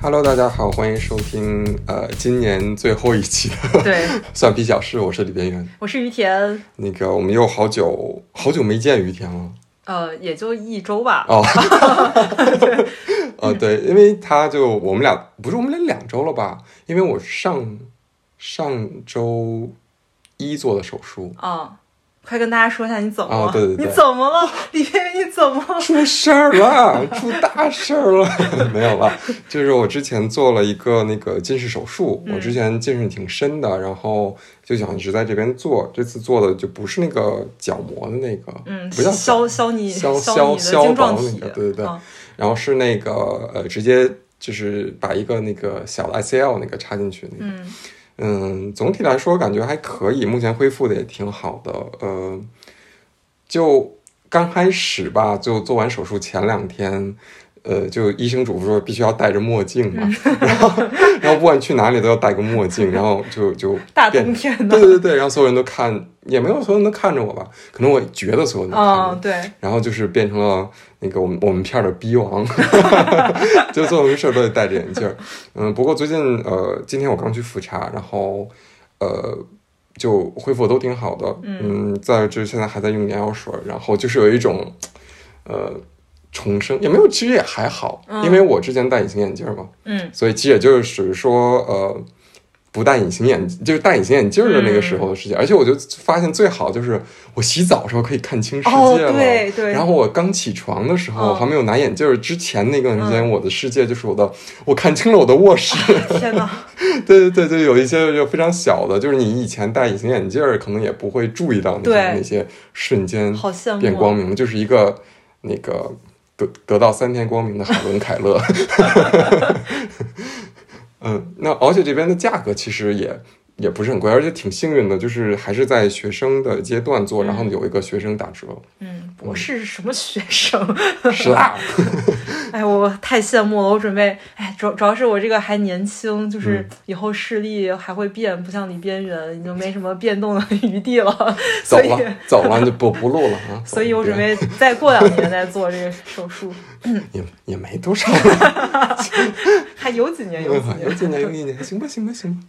Hello，大家好，欢迎收听呃今年最后一期的 对，蒜皮小事，我是李边缘。我是于田，那个我们又好久好久没见于天了呃，也就一周吧。哦，呃对，因为他就我们俩不是我们俩两周了吧？因为我上上周一做的手术，嗯，快跟大家说一下你怎么了？哦对对对你怎么了？李佩佩，你怎么 了？出事儿了，出大事儿了， 没有了。就是我之前做了一个那个近视手术，我之前近视挺深的，然后就想一直在这边做。这次做的就不是那个角膜的那个，嗯，不叫角消消你消消消你的消晶状薄体那个，，对对对。嗯然后是那个呃，直接就是把一个那个小的 ICL 那个插进去那个。嗯嗯，总体来说感觉还可以，目前恢复的也挺好的。呃，就刚开始吧，就做完手术前两天，呃，就医生嘱咐说必须要戴着墨镜嘛，嗯然后然后不管去哪里都要戴个墨镜，然后就就大变冬天的对对对对，然后所有人都看，也没有所有人都看着我吧，可能我觉得所有人都看着我。嗯，对，然后就是变成了那个我们我们片儿的逼王， 就做什么事儿都得戴着眼镜儿。嗯，不过最近呃，今天我刚去复查，然后呃，就恢复得都挺好的。嗯，在这现在还在用眼药水儿，然后就是有一种呃重生，也没有，其实也还好，因为我之前戴隐形眼镜儿嘛， 嗯所以其实也就是属于说呃。不戴隐形眼，就是戴隐形眼镜儿的那个时候的嗯事情。而且我就发现最好就是我洗澡的时候可以看清世界了，哦对对然后我刚起床的时候、嗯还没有拿眼镜儿之前那段时间，我的世界就是我的，我看清了我的卧 室。天哪，对对对对，有一些就非常小的，就是你以前戴隐形眼镜儿可能也不会注意到那些对那些瞬间好羡慕啊变光明，就是一个那个得得到三天光明的海伦凯勒。 嗯，那而且这边的价格其实也也不是很贵，而且挺幸运的，就是还是在学生的阶段做，然后有一个学生打折，嗯，博士是什么学生？ 是啦，哎，我太羡慕了！我准备，哎，主主要是我这个还年轻，就是嗯以后视力还会变，不像你边缘已经没什么变动的 余地了，走所以了走了就不不录了啊。 所以我走准了备再过两年再做这个手术，也也没多 少。还有几年，有几嗯有 年。几年有一年，行吧行吧行吧。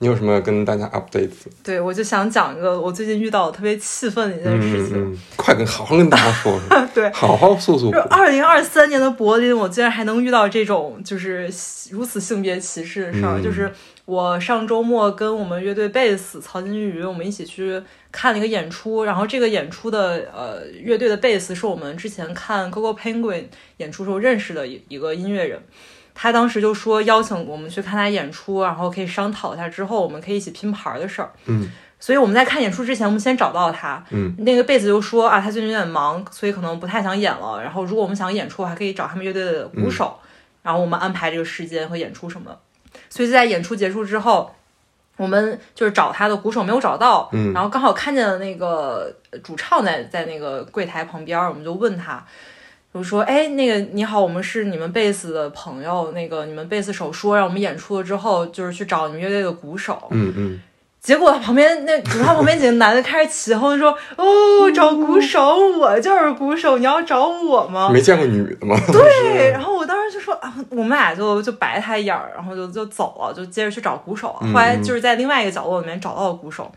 你有什么跟大家 update？ 对，我就想讲一个我最近遇到特别气愤的一件事嗯情。嗯，快跟好好跟大家说说， 对，好好诉诉苦就。二零二三年的柏林，我竟然还能遇到这种就是如此性别歧视的事儿。嗯就是我上周末跟我们乐队贝斯曹金鱼，我们一起去看了一个演出，然后这个演出的呃乐队的贝斯是我们之前看 Gogo Penguin 演出时候认识的一一个音乐人。他当时就说邀请我们去看他演出，然后可以商讨一下之后我们可以一起拼盘儿的事儿。嗯，所以我们在看演出之前，我们先找到他。嗯，那个贝斯就说啊，他最近有点忙，所以可能不太想演了。然后如果我们想演出，还可以找他们乐队的鼓手，嗯然后我们安排这个时间和演出什么的。所以就在演出结束之后，我们就是找他的鼓手没有找到，嗯然后刚好看见了那个主唱在在那个柜台旁边，我们就问他。我说，哎，那个你好，我们是你们贝斯的朋友，那个你们贝斯手说让我们演出了之后，就是去找你们乐队的鼓手，嗯嗯，结果旁边那主唱旁边几个男的开始起哄说：“哦，找鼓手，我就是鼓手，你要找我吗没见过女的吗？？”哦对，然后我当时就说啊，我们俩就就白他一眼儿，然后就就走了，就接着去找鼓手了。嗯后来就是在另外一个角落里面找到了鼓手，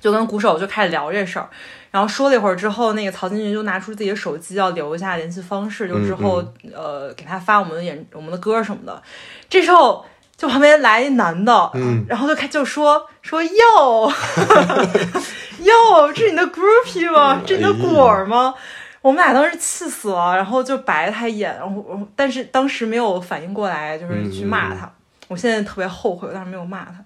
就跟鼓手就开始聊这事儿，然后说了一会儿之后，那个曹金云就拿出自己的手机要留一下联系方式，嗯就之后、呃给他发我们的演我们的歌什么的。这时候就旁边来一男的，嗯然后就开就说说哟 哟，这是你的 groupie 哎吗？这是你的果儿吗？我们俩当时气死了，然后就白了他一眼，然后我但是当时没有反应过来，就是去骂他。我现在特别后悔，我当时没有骂他。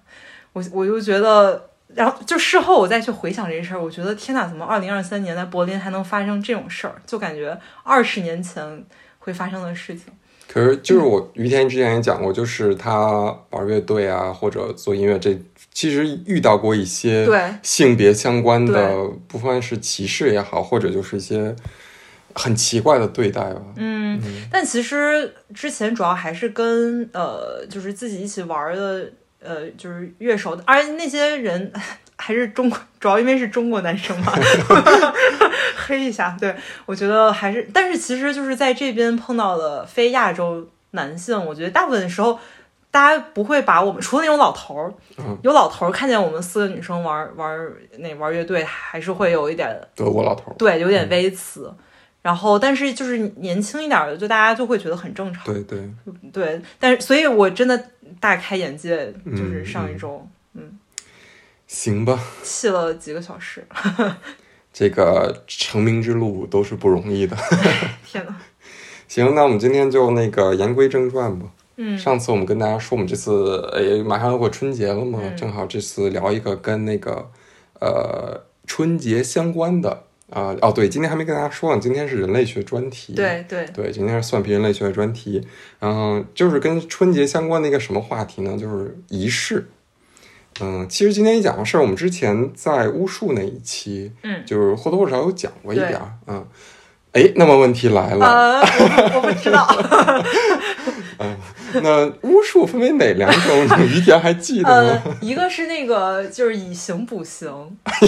我我就觉得，然后就事后我再去回想这事儿，我觉得天哪，怎么二零二三年在柏林还能发生这种事儿？就感觉二十年前会发生的事情。 可是就是我于天之前也讲过，就是他玩乐队啊，或者做音乐这，其实遇到过一些对性别相关的对，不管是歧视也好，或者就是一些很奇怪的对待吧。嗯，但其实之前主要还是跟呃，就是自己一起玩儿的，呃，就是乐手，而那些人还是中国，主要因为是中国男生嘛， 黑一下。对，我觉得还是，但是其实就是在这边碰到的非亚洲男性，我觉得大部分时候大家不会把我们除了那种老头儿嗯，有老头儿看见我们四个女生玩玩那玩乐队，还是会有一点德国老头儿，对，有点微词。然后，但是就是年轻一点儿的，就大家就会觉得很正常。对对，对，但是所以，我真的大开眼界，嗯就是上一周、行吧，气了几个小时， 这个成名之路都是不容易的。天呐，行，那我们今天就那个言归正传吧。嗯，上次我们跟大家说，我们这次诶马上要过春节了嘛，嗯正好这次聊一个跟那个呃春节相关的啊、哦对，今天还没跟大家说呢，今天是人类学专题。对对，对，今天是蒜皮人类学的专题，然后就是跟春节相关的一个什么话题呢？就是仪式。嗯，其实今天一讲的事儿，我们之前在巫术那一期，嗯就是或多或少有讲过一对点儿，嗯。哎，那么问题来了，呃，我我不 知道，那巫术分为哪两种？你于田还记得吗？呃，一个是那个就是以形补形，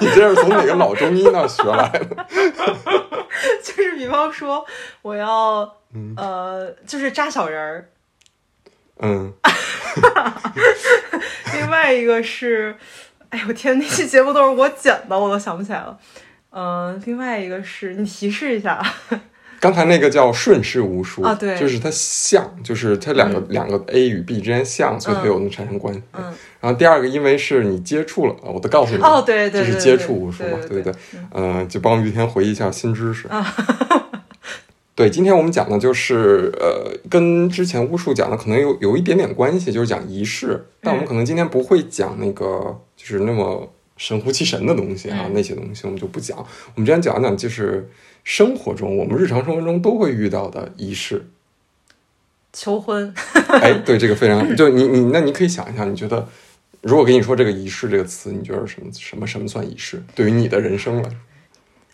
你这是从哪个老中医那儿学来 的？就是比方说我要呃，就是扎小人儿，嗯，另外一个是，哎我天，那期节目都是我剪的，我都想不起来了。嗯、另外一个是你提示一下，刚才那个叫顺势巫术啊对就是它像，就是它两个、两个 A 与 B 之间像，所以它有能产生关系。嗯，然后第二个，因为是你接触了，我都告诉你了哦，对对这对，是对接触巫术嘛，对对对，对，嗯，就帮于天回忆一下新知识。对，今天我们讲的就是呃，跟之前巫术讲的可能有有一点点关系，就是讲仪式，但我嗯们可能今天不会讲那个就是那么神乎其神的东西啊，嗯那些东西我们就不讲。我们今天讲一讲就是生活中我们日常生活中都会遇到的仪式。求婚， 哎，对，这个非常就你你那你可以想一下，你觉得如果跟你说这个仪式这个词，你觉得什么什么什么算仪式？对于你的人生来说，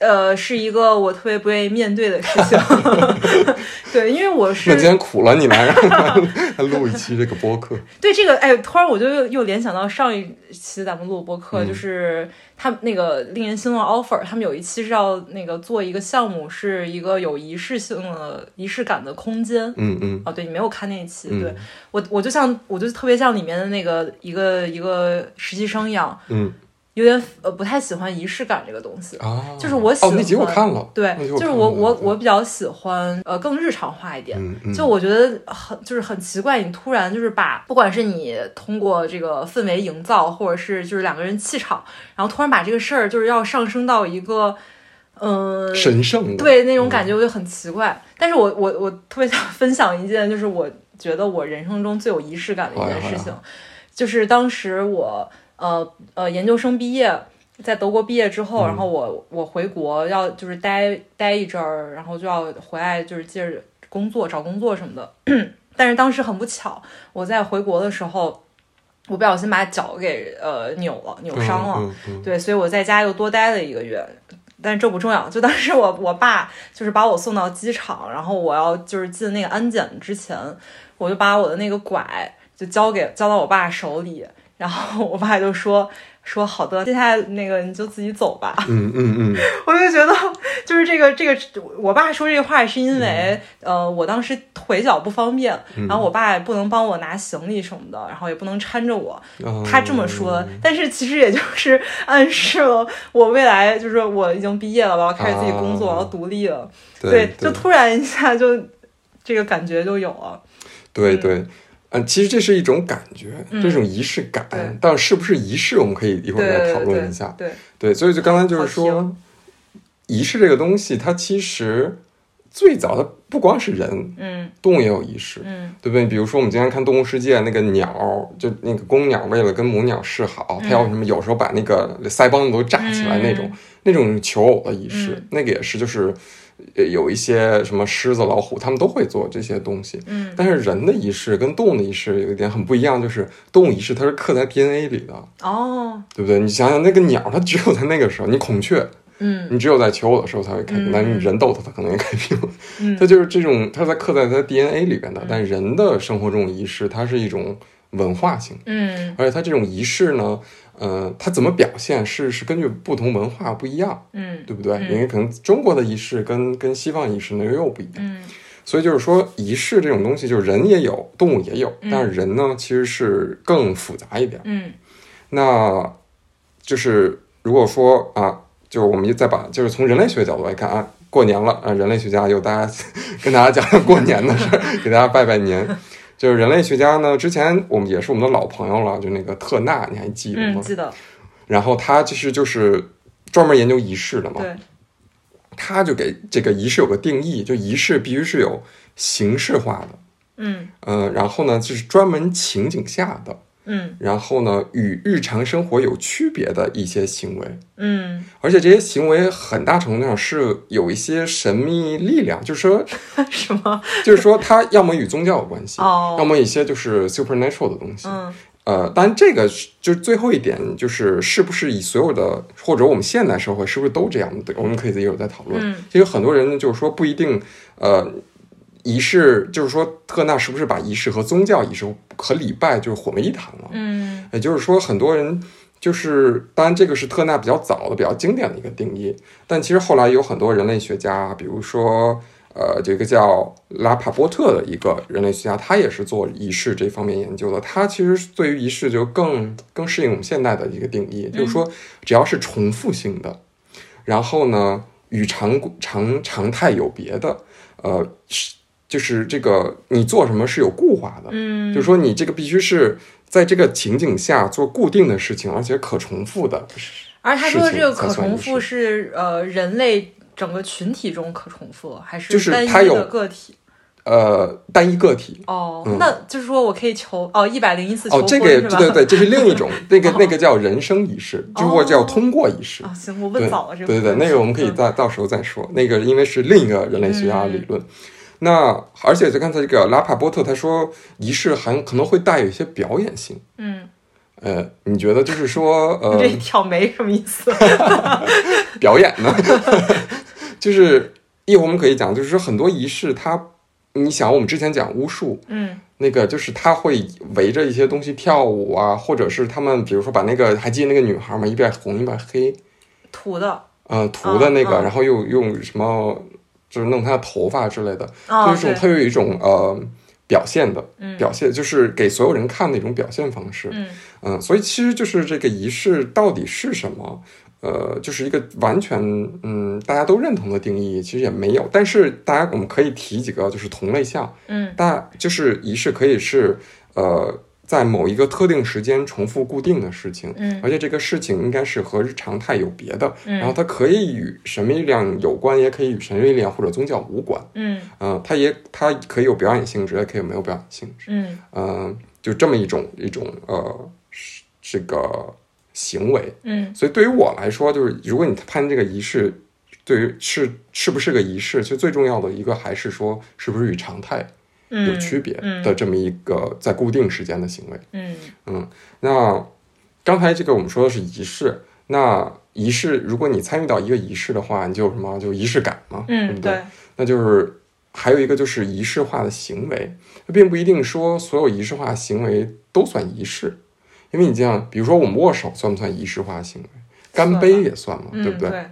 呃，是一个我特别不愿意面对的事情。 对，因为我那今是天苦了你来让他来 录一期这个播客，对这个，哎，突然我就又又联想到上一期咱们录播客，嗯就是他们那个令人心动的 offer，他们有一期是要那个做一个项目，是一个有仪式性的仪式感的空间。嗯嗯哦，对你没有看那一期，嗯对我我就像我就特别像里面的那个一个一个实习生一样，嗯有点呃不太喜欢仪式感这个东西。啊，就是我喜哦那集我欢看了，对那，集就是看我了我对我比较喜欢呃更日常化一点。嗯嗯就我觉得很就是很奇怪，你突然就是把不管是你通过这个氛围营造，或者是就是两个人气场，然后突然把这个事儿就是要上升到一个嗯、呃神圣的，对那种感觉，我就很奇怪。但是我我我特别想 分享一件，就是我觉得我人生中最有仪式感的一件事好情，就是当时我呃呃研究生毕业。在德国毕业之后，嗯然后我我回国要就是待待一阵儿，然后就要回来就是接着工作找工作什么的。 但是当时很不巧，我在回国的时候，我不小心把脚给呃扭了，扭嗯伤了。嗯嗯对，所以我在家又多待了一个月。但是这不重要，就当时我我爸就是把我送到机场，然后我要就是进那个安检之前，我就把我的那个拐就交给交到我爸手里，然后我爸就说说好的，接下来那个你就自己走吧。 嗯嗯嗯嗯，我就觉得就是这个这个，我爸说这话是因为、呃我当时腿脚不方便，然后我爸也不能帮我拿行李什么的，然后也不能搀着我，嗯 他这么说，但是其实也就是暗示了我未来就是我已经毕业了，我要开始自己工作，啊我要独立了。对就突然一下就这个感觉就有了。对对。嗯，其实这是一种感觉，这种仪式感，嗯对但是不是仪式，我们可以一会对儿再对讨对论一下。对，对，所以就刚才就是好哦说，仪式这个东西，它其实最早它不光是人，嗯动物也有仪式，嗯对不对？比如说我们经常看《动物世界》，那个鸟，就那个公鸟为了跟母鸟示好，它要什么有时候把那个腮帮子都炸起来那种，那种求偶的仪式，那个也是就是。呃有一些什么狮子、老虎，它们都会做这些东西。嗯但是人的仪式跟动物的仪式有一点很不一样，就是动物仪式它是刻在 DNA 里的，哦对不对？你想想那个鸟，它只有在那个时候，你孔雀，嗯你只有在求偶的时候才会开屏，但是你人逗它，它可能也开屏。嗯 它就是这种，它在刻在它 DNA 里边的。但人的生活中的仪式，它是一种文化性，嗯而且它这种仪式呢，呃，它怎么表现是是根据不同文化不一样，嗯对不对？嗯因为可能中国的仪式跟跟西方仪式呢又不一样，嗯所以就是说仪式这种东西，就是人也有，动物也有，嗯但是人呢其实是更复杂一点。嗯那就是如果说啊，就是我们再把就是从人类学角度来看啊，过年了啊，人类学家又大家 跟大家讲讲过年的事儿，给大家拜拜年。就是人类学家呢，之前我们也是我们的老朋友了，就那个特纳，你还记得吗？嗯，记得，然后他其实就是专门研究仪式的嘛，对，他就给这个仪式有个定义，就仪式必须是有形式化的，嗯呃，然后呢就是专门情景下的，嗯然后呢与日常生活有区别的一些行为，嗯 而且这些行为很大程度上是有一些神秘力量，就是说，什么？就是说，它要么与宗教有关系， 哦要么一些就是 supernatural 的东西。嗯呃，当然这个是就是最后一点，就是是不是以所有的或者我们现代社会是不是都这样？我们可以一会儿再讨论。嗯其实很多人就是说不一定，呃。仪式就是说，特纳是不是把仪式和宗教仪式和礼拜就是混为一谈了？嗯也就是说，很多人就是，当然这个是特纳比较早的、比较经典的一个定义，但其实后来有很多人类学家，比如说呃，这个叫拉帕波特的一个人类学家，他也是做仪式这方面研究的。他其实对于仪式就更更适应我们现代的一个定义，就是说只要是重复性的，然后呢与常常常态有别的，呃是。就是这个，你做什么是有固化的，嗯，就是说你这个必须是在这个情景下做固定的事情，而且可重复的。而他说的这个可事情才算重仪复式是呃人类整个群体中可重复，还就是是单一它有的个体？呃，单一个体。哦，嗯那就是说我可以求哦一百零一次求哦，婚这个也是吧？哦对对对，这是另一 种，那个那个叫人生仪式，就或者叫通过仪式。啊，行，我问对早了这个对问题。对，那个我们可以嗯到到时候再说。那个因为是另一个人类学家的理论。那而且就刚才这个拉帕波特他说，仪式还可能会带有一些表演性。嗯，呃，你觉得就是说，呃， 这一挑眉什么意 思？表演呢？ 就是一会儿我们可以讲，就是说很多仪式它，你想我们之前讲巫术，嗯那个就是他会围着一些东西跳舞啊，或者是他们比如说把那个还记得那个女孩吗？一边红一边黑，土的呃，涂的那个，嗯嗯然后又用什么就是弄她的头发之类的，啊，就是这对种，它有一种呃表现的嗯表现，就是给所有人看的一种表现方式。嗯嗯，所以其实就是这个仪式到底是什么？呃，就是一个完全嗯大家都认同的定义，其实也没有。但是大家我们可以提几个就是同类项，嗯大就是仪式可以是呃在某一个特定时间重复固定的事情，嗯而且这个事情应该是和日常态有别的，嗯然后它可以与神秘力量有关，也可以与神秘力量或者宗教无关。嗯嗯、它也它可以有表演性质，也可以没有表演性质。嗯嗯，就这么一种一种呃是这个行为。嗯所以对于我来说，就是如果你判这个仪式，对于是是不是个仪式，其实最重要的一个还是说是不是与常态嗯，有区别嗯的这么一个在固定时间的行为。嗯嗯，那刚才这个我们说的是仪式，那仪式如果你参与到一个仪式的话，你就有什么就仪式感嘛，对嗯不对？，那就是还有一个就是仪式化的行为，并不一定说所有仪式化的行为都算仪式，因为你这样，比如说我们握手算不算仪式化行为？干杯也算嘛，嗯对不对？对？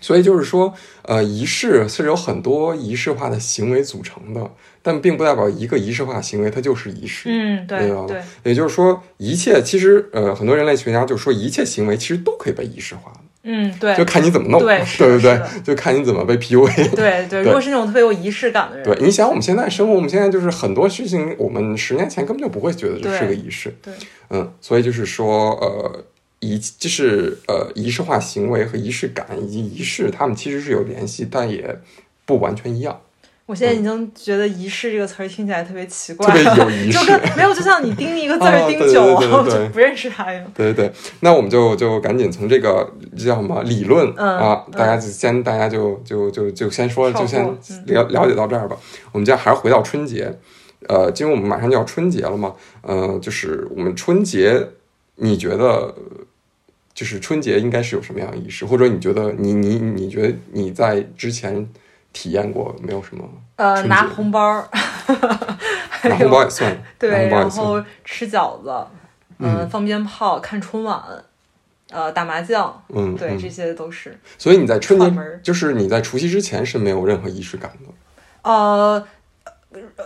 所以就是说，呃，仪式是由很多仪式化的行为组成的，但并不代表一个仪式化行为它就是仪式。嗯对对吧对，也就是说，一切其实，呃，很多人类学家就说，一切行为其实都可以被仪式化，嗯对就看你怎么弄，对对是的不对是？就看你怎么被 PUA。对对，如果是那种特别有仪式感的人，对，你想我们现在生活，我们现在就是很多事情，我们十年前根本就不会觉得这是个仪式。对对嗯，所以就是说，呃，仪就是呃仪式化行为和仪式感以及仪式，它们其实是有联系，但也不完全一样，我现在已经觉得“仪式”这个词儿听起来特别奇怪嗯特别了，有仪就式。跟没有，就像你盯一个字哦儿盯对对久了，对对我对就不认识它呀。对对对，那我们就就赶紧从这个这叫什么理论、嗯啊，嗯大家就先大家就就就就先说，跳就过先嗯了了解到这儿吧。我们现在还是回到春节，呃，因为我们马上就要春节了嘛，呃，就是我们春节，你觉得呃就是春节应该是有什么样的仪式，或者你觉得你你你觉得你在之前体验过没有什 么？呃，春拿节红包儿，拿红包也算，拿对，红包也然算。后吃饺子，嗯、放鞭炮，看春晚，呃，打麻将，嗯，对，嗯这些都是。所以你在春串门节儿，就是你在除夕之前是没有任何仪式感的。呃，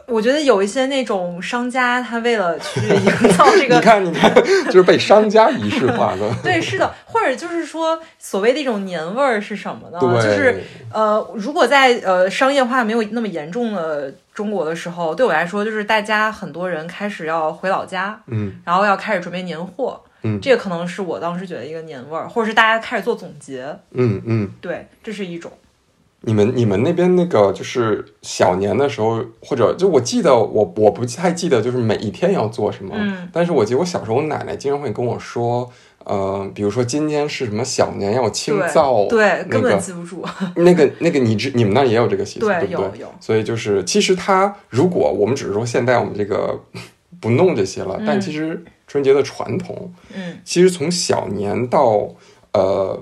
我觉得有一些那种商家，他为了去营造这 你个。看，你看，就是被商家仪式化 的。对，是的，或者就是说，所谓的一种年味儿是什么呢？对，啊就是呃，如果在呃商业化没有那么严重的中国的时候，对我来说，就是大家很多人开始要回老家，嗯然后要开始准备年货，嗯这个可能是我当时觉得一个年味儿，或者是大家开始做总结，嗯嗯，对，这是一种。你们你们那边那个就是小年的时候，或者就我记得我我不太记得就是每一天要做什么，嗯但是我记得我小时候我奶奶经常会跟我说，呃，比如说今天是什么小年要清灶，对，根那个本记不住。那个那个你知你们那儿也有这个习俗，对对不有对有？所以就是其实它如果我们只是说现在我们这个不弄这些了，但嗯其实春节的传统。嗯，其实从小年到呃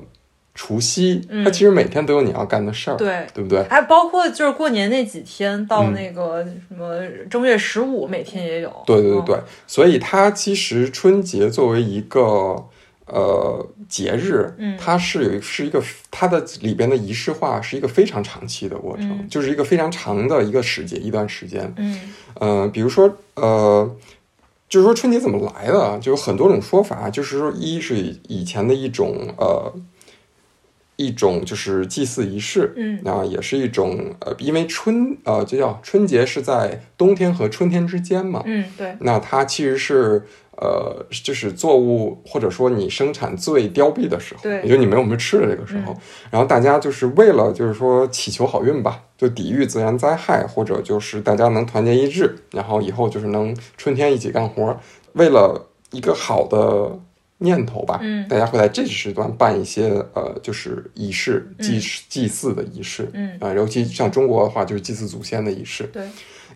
除夕，嗯它其实每天都有你要干的事儿，对。对不对？哎，包括就是过年那几天到嗯那个什么正月十五，每天也有。对对对嗯对，所以它其实春节作为一个呃节日，嗯它是有一是一个它的里边的仪式化是一个非常长期的过程，嗯就是一个非常长的一个时节一段时间。嗯呃，比如说呃。就是说春节怎么来的，就有很多种说法。就是说，一是以以前的一种呃，一种就是祭祀仪式，嗯啊，也是一种呃，因为春呃，就叫春节是在冬天和春天之间嘛，嗯，对，那它其实是呃，就是作物或者说你生产最凋敝的时候，对嗯也就你没有什么吃的这个时候。然后大家就是为了就是说祈求好运吧，就抵御自然灾害，或者就是大家能团结一致，然后以后就是能春天一起干活，为了一个好的。念头吧，嗯大家会在这时段办一些呃，就是仪式祭、祭祀的仪式，嗯啊、尤其像中国的话，就是祭祀祖先的仪式，对，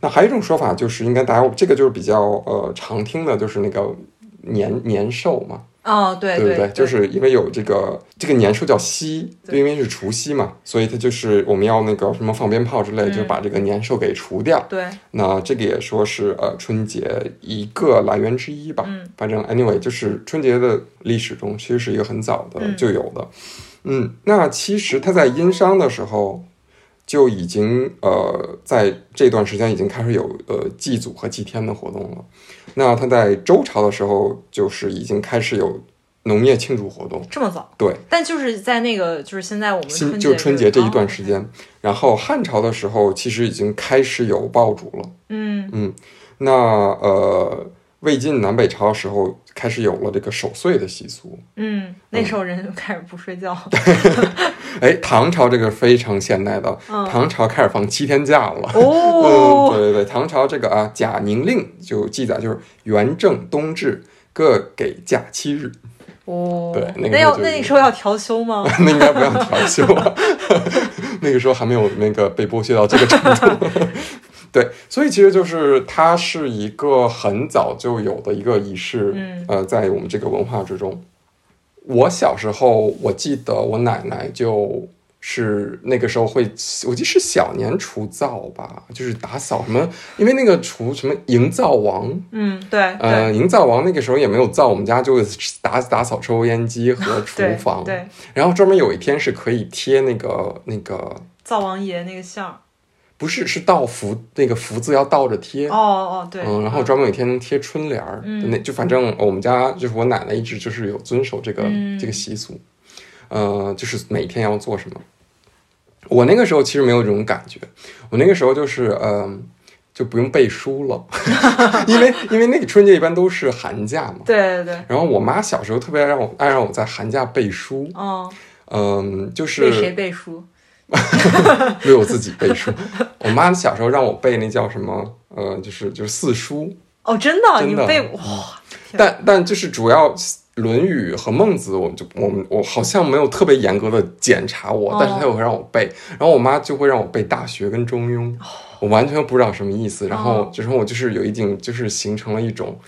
那还有一种说法就是，应该大家这个就是比较呃常听的，就是那个年年兽嘛，哦，对对不对，就是因为有这个这个年兽叫夕，就对因为是除夕嘛，所以它就是我们要那个什么放鞭炮之类，嗯就把这个年兽给除掉。对，那这个也说是呃春节一个来源之一吧。嗯反正 anyway 就是春节的历史中其实是一个很早的嗯就有的。嗯，那其实它在殷商的时候就已经呃在这段时间已经开始有呃祭祖和祭天的活动了。那它在周朝的时候就是已经开始有农业庆祝活动。这么早，对，但就是在那个就是现在我们新春就是春节这一段哦时间，然后汉朝的时候其实已经开始有爆竹了。嗯那呃，魏晋南北朝的时候开始有了这个守岁的习俗。嗯，那时候人就开始不 睡觉，哎，唐朝这个非常现代的，嗯唐朝开始放七天假了。嗯，哦，对对对，唐朝这个啊《贾宁令》就记载，就是元正冬至各给假七日，哦，对那个时候那要就是那时候要调休吗？ 那应该不要调休啊。 那个时候还没有那个被剥削到这个程度。 对，所以其实就是它是一个很早就有的一个仪式，嗯呃，在我们这个文化之中。我小时候，我记得我奶奶就是那个时候会，我记得是小年除灶吧，就是打扫什么，因为那个除什么营造王，嗯， 对呃，对营造王那个时候也没有灶，我们家就打打扫抽油烟机和厨 对房，对，然后专门有一天是可以贴那个那个，灶王爷那个像儿，不是是倒福那个福字要倒着贴，哦哦对，嗯，然后专门有一天能贴春联儿，嗯那就反正我们家就是我奶奶一直就是有遵守这个、嗯这个习俗，呃，就是每天要做什么。我那个时候其实没有这种感觉，我那个时候就是嗯、就不用背书 了，因为因为那个春节一般都是寒假嘛。对对对，然后我妈小时候特别爱让我爱让我在寒假背书，嗯，嗯，就是为谁背书？为我自己背书。 我妈小时候让我背那叫什么，呃，就是就是四书，哦，真的，真你的嗯背哇，但但就是主要《论语》和《孟子》，我就我们我好像没有特别严格的检查我，哦但是她又会让我背，然后我妈就会让我背《大学》跟《中庸》，我完全不知道什么意思。然后哦就是我就是有一点就是形成了一种。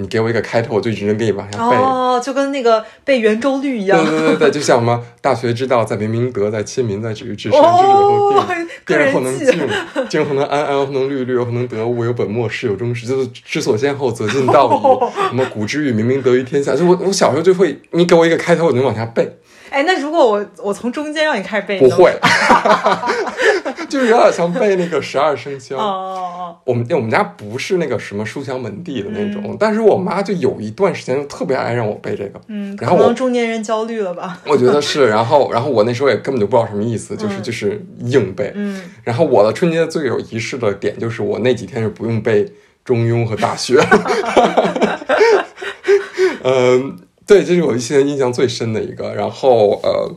你给我一个开头，我就一直能给你往下背。哦，就跟那个背圆周率一样对。对对 对，就像我们大学之道，在明明德，在亲民，在止于至善，知止 后哦定。，个定而后人能记静，静而后能安，安而后能虑，虑而后能得。物有本末，事有终始，就是知所先后，则近道 矣。什么古之语，明明德于天下。就我，我小时候就会，你给我一个开头，我就能往下背。哎，那如果我我从中间让你开始背，不你能 会， 就是有点像背那个十二生肖。哦哦我们我们家不是那个什么书香门第的那种，但是我妈就有一段时间就特别爱让我背这个，嗯，然后可我能中年人焦虑了吧？我觉得是，然后然后我那时候也根本就不知道什么意思，就是、嗯就是硬背。嗯，然后我的春节最有仪式的点就是我那几天是不用背《中庸》和《大学》， 嗯，对，这是我现在印象最深的一个。然后呃，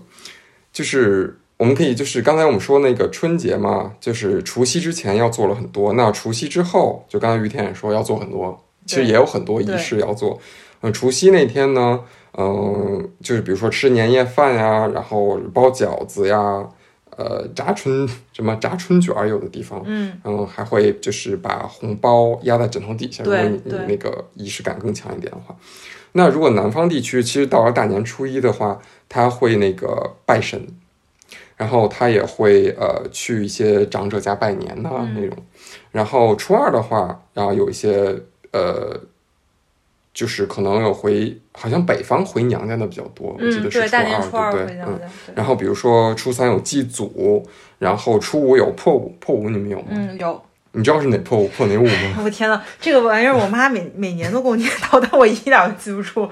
就是我们可以就是刚才我们说那个春节嘛，就是除夕之前要做了很多，那除夕之后，就刚才于天也说要做很多，其实对也有很多仪对式要做。嗯，除夕那天呢，嗯、就是比如说吃年夜饭呀，然后包饺子呀，呃，炸春什么炸春卷儿，有的地方，嗯，然后还会就是把红包压在枕头底下，如果对你你对那个仪式感更强一点的话。那如果南方地区，其实到了大年初一的话，他会那个拜神，然后他也会呃去一些长者家拜年呐、嗯那种。然后初二的话，然后有一些呃，就是可能有回，好像北方回娘家的比较多，我记嗯，得是对，初大二，年初二对回不对？娘嗯。家，对然后比如说初三有祭祖，然后初五有破五，破五你们有吗？嗯，有。你知道是哪破五破哪五吗？ 我天呐，这个玩意儿我妈每每年都给我念叨，但我一点儿都记不住，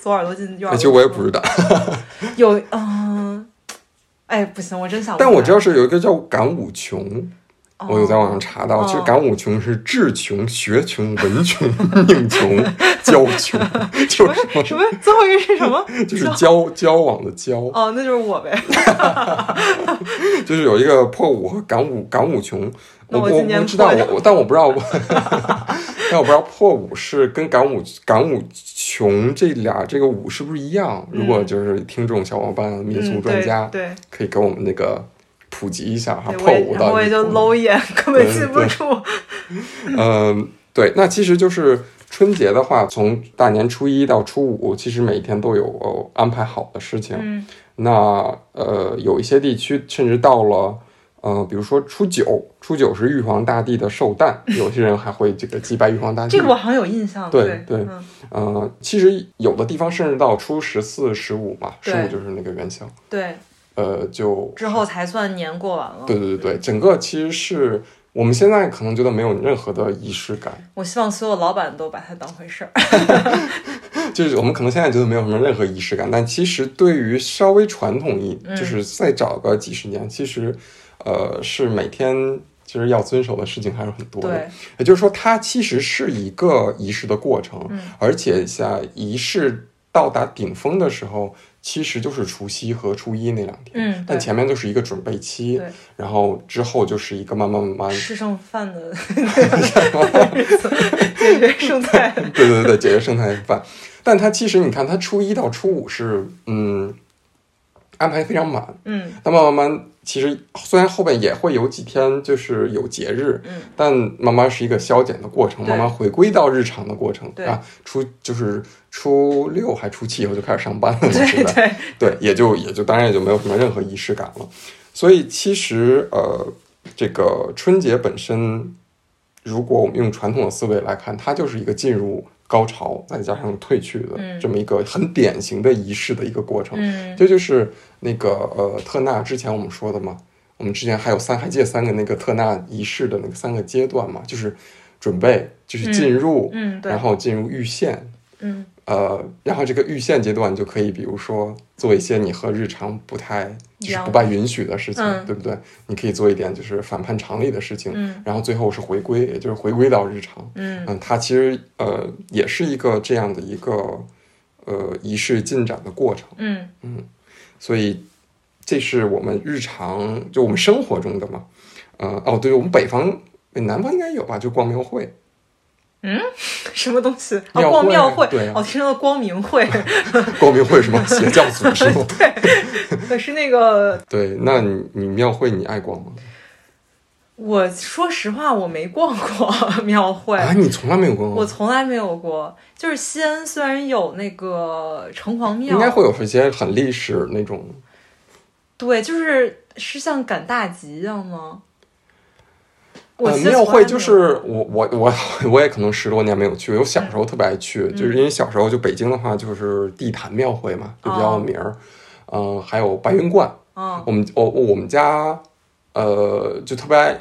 左耳朵进右哎耳朵出。其实我也不知道， 有，嗯、哎，不行，我真想不出来。但我知道是有一个叫赶五穷，哦，我有在网上查到，其实哦赶五穷是智穷、学穷、文穷、命穷、 交穷， 就是什么最后一个是什么？就是交交往的交，哦，那就是我呗。就是有一个破五和赶五赶五穷，那我我我今年不知道破了我我但我不知 道，但我不知道破五是跟赶五赶五穷这俩这个五是不是一样？如果就是听众小伙伴、民俗嗯，专对家，对，可以给我们那个普及一下哈，对破我也五然后到我底也是就破五搂一眼，根本对记不对住。嗯，对，那其实就是春节的话，从大年初一到初五，其实每天都有呃安排好的事情。嗯那呃，有一些地区甚至到了呃，比如说初九，初九是玉皇大帝的寿诞，有些人还会这个祭拜玉皇大帝。这个我好像有印象。对对对嗯呃，其实有的地方甚至到初十四、十五嘛，十对五就是那个元宵，对，呃，就之后才算年过完了。对对对对，整个其实是我们现在可能觉得没有任何的仪式感。我希望所有老板都把它当回事儿。就是我们可能现在觉得没有什么任何仪式感，但其实对于稍微传统一，嗯就是再找个几十年，其实，呃，是每天其实要遵守的事情还是很多的对。也就是说，它其实是一个仪式的过程，嗯而且在仪式到达顶峰的时候，其实就是除夕和初一那两天。嗯但对前面就是一个准备期对，然后之后就是一个慢慢慢慢吃剩 饭的 日子，解决剩 菜。对对对，解决剩菜饭。但他其实你看，他初一到初五是嗯安排非常满，嗯那慢慢慢，其实虽然后边也会有几天就是有节日，嗯，但慢慢是一个消减的过程，对慢慢回归到日常的过程对啊。初就是初六还初七以后就开始上班了，对现在对，对，也就也就当然也就没有什么任何仪式感了。所以其实呃，这个春节本身，如果我们用传统的思维来看，它就是一个进入高潮再加上退去的嗯这么一个很典型的仪式的一个过程。嗯这啊就是那个呃特纳之前我们说的嘛，我们之前还有三还记得三个那个特纳仪式的那个三个阶段嘛，就是准备，就是进入，嗯对然，后进入预现，嗯呃，然后这个预现阶段，你就可以比如说做一些你和日常不太一就是样不被允许的事情，嗯对不对？你可以做一点就是反叛常理的事情，嗯然后最后是回归，也就是回归到日常。嗯嗯，它其实呃也是一个这样的一个呃仪式进展的过程，嗯所以这是我们日常就我们生活中的嘛。呃，哦，对，我们北方、南方应该有吧，就逛庙会。嗯什么东西？庙哦，逛会庙啊会对啊，哦，听到光明 会，光明会什么 邪教组织吗？ 可是那个对，那你你庙会你爱逛吗？我说实话，我没逛过 庙会，啊，你从来没有逛我过，从来没有过。就是西安虽然有那个城隍庙，应该会有一些很历史那种。对，就是是像赶大集一样吗？我呃，其实庙从来会没就有是我我我我也可能十多年没有去，我小时候特别爱去，嗯就是因为小时候就北京的话就是地坛庙会嘛，就比哦较有名儿，嗯、还有白云观，嗯我们我我们家呃就特别爱。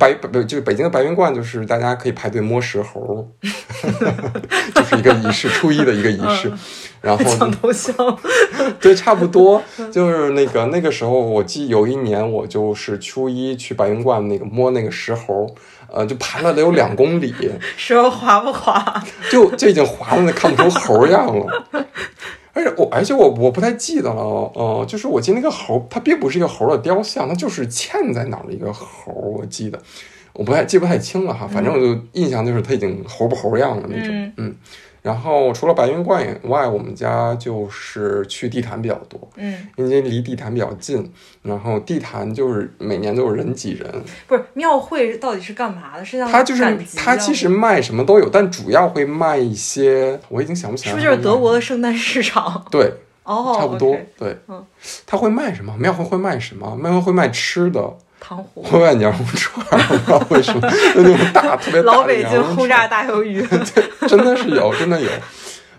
白不就是北京的白云观，就是大家可以排队摸石猴， 就是一个仪式，初一的一个仪式。 然后抢头香，对，差不多就是那个那个时候，我记有一年我就是初一去白云观那个摸那个石猴，呃，就盘了得有两公里，说滑不滑？就就已经滑的那看不出猴样了。 而且我而且我我不太记得了，呃，就是我记得那个猴，它并不是一个猴的雕像，它就是嵌在哪儿的一个猴，我记得，我不太记不太清了哈，反正我就印象就是它已经猴不猴样了那种。嗯然后除了白云观以外，我们家就是去地坛比较多，嗯，因为离地坛比较近，然后地坛就是每年都有人挤人，嗯不是庙会到底是干嘛的？是像它就是赶集一它样其实吗卖什么都有，但主要会卖一些，我已经想不起来是不了，是就是德国的圣诞 市场？对，哦，差不多、 OK，对，嗯它会卖什么？庙会会卖什么？庙会会卖吃的，糖葫芦，会卖羊肉串儿， 我不知道为什么，就那种大特别大的老北羊京肉轰炸大鱿鱼， 串儿，真的是有，真的有。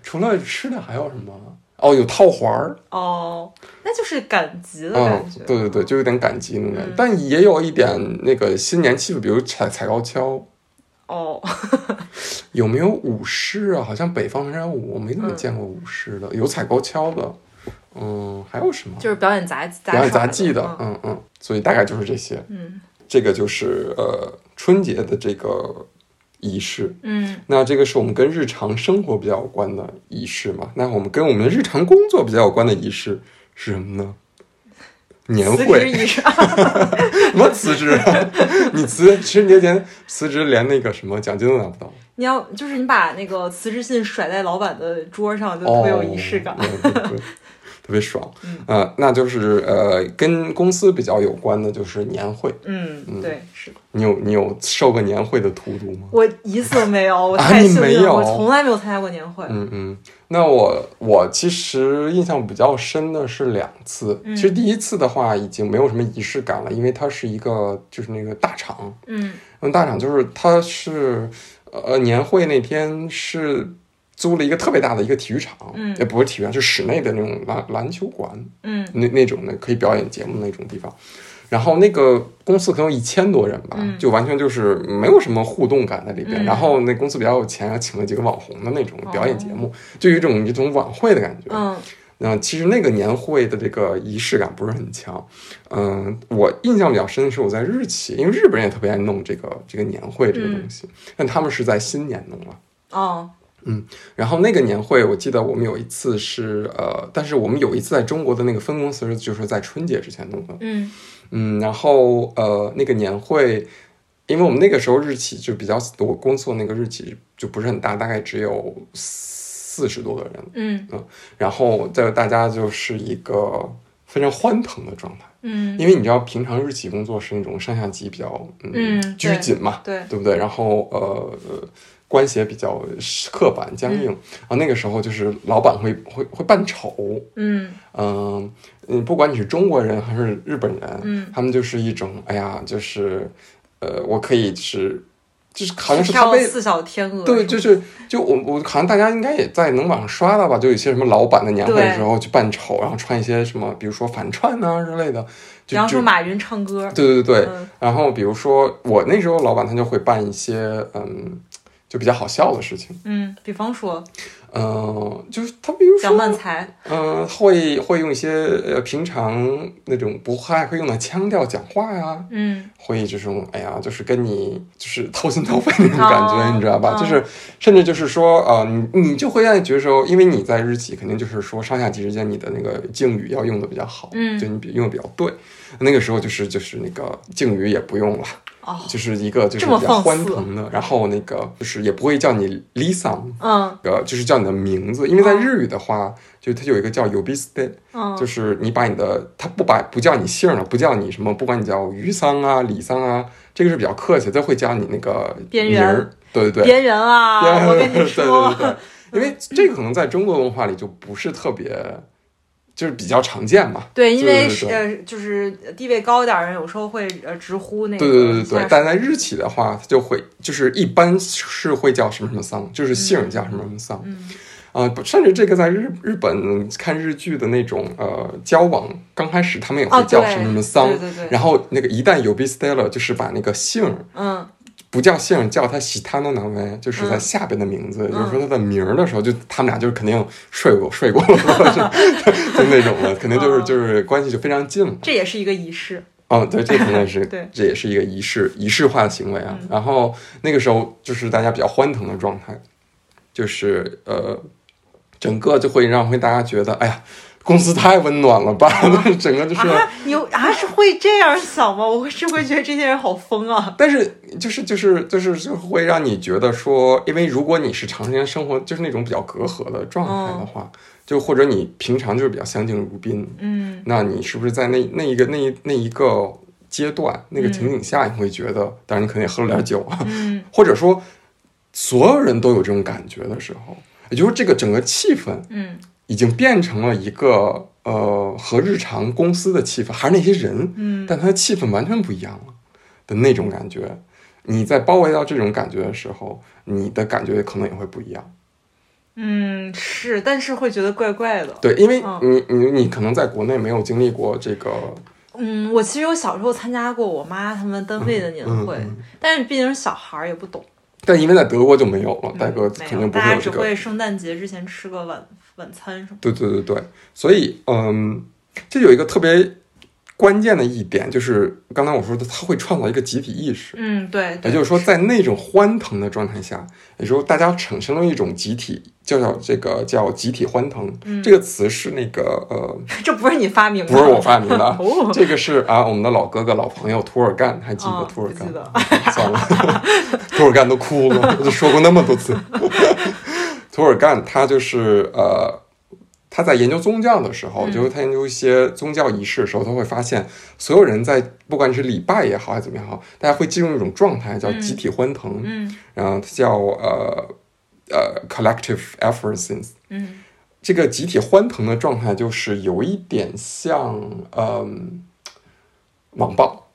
除了吃的还有什么？哦，有套环儿， 哦，那就是赶集的嗯感觉。，对对对，就有点赶集那种感觉嗯，但也有一点那个新年气氛，比如踩踩高跷，哦，有没有舞狮啊？好像北方人舞我没怎么嗯见过舞狮的，有踩高跷的，嗯，还有什么？就是表演杂杂表演耍杂技的，嗯嗯嗯，所以大概就是这些。嗯这个就是呃春节的这个仪式。嗯那这个是我们跟日常生活比较有关的仪式嘛？那我们跟我们的日常工作比较有关的仪式是什么呢？年辞职会仪式， 什么辞职 啊？你辞春节前辞职，连那个什么奖金都拿不到。你要就是你把那个辞职信甩在老板的桌上，就特别有仪式感。嗯哦、对对 对特别爽。呃，那就是呃，跟公司比较有关的就是年会，嗯，对，是的，你有你有受过年会的荼毒吗？我一次都没有，我啊太你幸没运了，有我从来没有参加过年会。嗯嗯，那我我其实印象比较深的是两次，嗯其实第一次的话已经没有什么仪式感了，因为它是一个就是那个大厂，嗯嗯，大厂就是它是呃年会那天是租了一个特别大的一个体育场，嗯也不是体育场，是室内的那种篮篮球馆，嗯那那种的可以表演节目那种地方。然后那个公司可能有一千多人吧，嗯就完全就是没有什么互动感在里边。嗯哦然后那公司比较有钱，请了几个网红的那种表演节目，就有一种一种晚会的感觉。嗯那其实那个年会的这个仪式感不是很强。嗯、我印象比较深的是我在日企，因为日本人也特别爱弄这个这个年会这个嗯东西，但他们是在新年弄了。哦然后那个年会，我记得我们有一次是呃，但是我们有一次在中国的那个分公司是就是在春节之前弄的，嗯嗯，然后呃那个年会，因为我们那个时候日企就比较，我工作那个日企就不是很大，大概只有四十多个人，嗯然后在大家就是一个非常欢腾的状态，嗯，因为你知道平常日企工作是那种上下级比较嗯拘对谨嘛，对，对不对？然后呃呃，关系也比较刻板僵硬。然后那个时候就是老板会会会扮丑，嗯嗯、嗯，不管你是中国人还是日本人，嗯他们就是一种哎呀，就是呃，我可以是就是好像是他跳被。四小天鹅，对，就是就我我好像大家应该也在能网上刷到吧，就有一些什么老板的年会的对时候去扮丑，然后穿一些什么，比如说反串啊之类的，比就方就说马云唱歌，对对对，嗯然后比如说我那时候老板他就会办一些嗯，就比较好笑的事情，嗯，比方说嗯、就是他比如蒋说曼才，嗯、会会用一些呃平常那种不太会用的腔调讲话呀、嗯会这种哎呀，就是跟你就是掏心掏肺那种感觉，哦你知道吧？哦就是甚至就是说，呃，你你就会在觉得说，因为你在日企肯定就是说上下级之间你的那个敬语要用的比较好，嗯就你比用的比较对。那个时候就是就是那个敬语也不用了，哦就是一个就是这么比较放肆欢腾的，然后那个就是也不会叫你 Lisa，嗯呃，就是叫你的名字，因为在哦日语的话，就它有一个叫 Yobiste，嗯，就是你把你的，他不把不叫你姓儿了，不叫你什么，不管你叫于桑啊、李桑啊，这个是比较客气，再会加你那个边名缘儿，对对对，别人啊，我跟你说，对对对对，因为这个可能在中国文化里就不是特别，就是比较常见嘛。对，因对为对是对呃，就是地位高一点的人，有时候会呃直呼那个对对对对算对是，但在日企的话，它就会就是一般是会叫什么什么桑，就是姓儿叫什么什么桑嗯啊、不甚至这个在日日本看日剧的那种呃交往，刚开始他们也哦会叫对什么什么桑，对对对然后那个一旦有 b i s t e l a 就是把那个姓儿嗯不叫姓儿，叫他喜他诺南威，就是在嗯下边的名字，也就是说他的名儿的时候，就他们俩就是肯定睡过睡过了， 是就那种了，肯定就是哦就是关系就非常近了。这也是一个仪式，哦，对，这肯定是， 对嗯这也是一个仪式仪式化的行为啊。然后那个时候就是大家比较欢腾的状态，就是呃，整个就会让会大家觉得，哎呀，公司太温暖了吧， 整个就是。啊，你有啊是会这样想吗？ 我是会觉得这些人好疯啊。但是就是就是就是就会让你觉得说，因为如果你是长时间生活就是那种比较隔阂的状态的话，就或者你平常就是比较相敬如宾，嗯，那你是不是在那那一个那一那一个阶段那个情景下，你会觉得，当然你可能也喝了点酒啊，嗯 或者说所有人都有这种感觉的时候，也就是这个整个气氛嗯已经变成了一个呃和日常公司的气氛，还是那些人，嗯但它的气氛完全不一样了的那种感觉。你在包围到这种感觉的时候，你的感觉可能也会不一样。嗯，是，但是会觉得怪怪的。对，因为嗯你你你可能在国内没有经历过这个，嗯，我其实有小时候参加过我妈他们单位的年嗯会，嗯但是毕竟是小孩儿也不懂，但因为在德国就没有了，嗯戴哥没肯有定不大会家有只这个。会圣诞节之前吃个晚晚餐什么。对对对对，所以嗯，这有一个特别关键的一点，就是刚才我说的，它会创造一个集体意识。嗯，对，也对就是说，在那种欢腾的状态下，也就是大家产生了一种集体，叫叫这个叫集体欢腾、嗯这个词是那个呃， 这不是你发明的，不是我发明的啊 哦， 这个是啊，我们的老哥哥、老朋友涂尔干，还记得哦涂尔干？不记得算 了，涂尔干都哭了，我就说过那么多次。 涂尔干他就是呃，他在研究宗教的时嗯候，就是他研究一些宗教仪式的时候，他会发现所有人在不管是礼拜也好，还是怎么样也好，大家会进入一种状态，叫集体欢腾，嗯然后它叫呃呃 collective effervescence。嗯这个集体欢腾的状态，就是有一点像，嗯，网暴，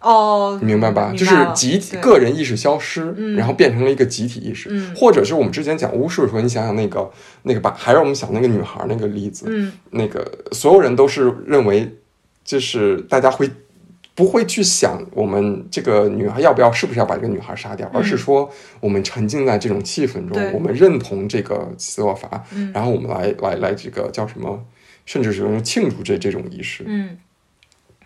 哦，你明白吧？明就是了集体对个人意识消失，嗯然后变成了一个集体意识，嗯或者是我们之前讲巫术的时候，你想想那个那个吧，还是我们想那个女孩那个例子，嗯那个所有人都是认为，就是大家会不会去想我们这个女孩要不要，是不是要把这个女孩杀掉，而是说我们沉浸在这种气氛嗯对中，我们认同这个斯洛伐嗯，然后我们来来来这个叫什么，甚至是用庆祝这这种仪式，嗯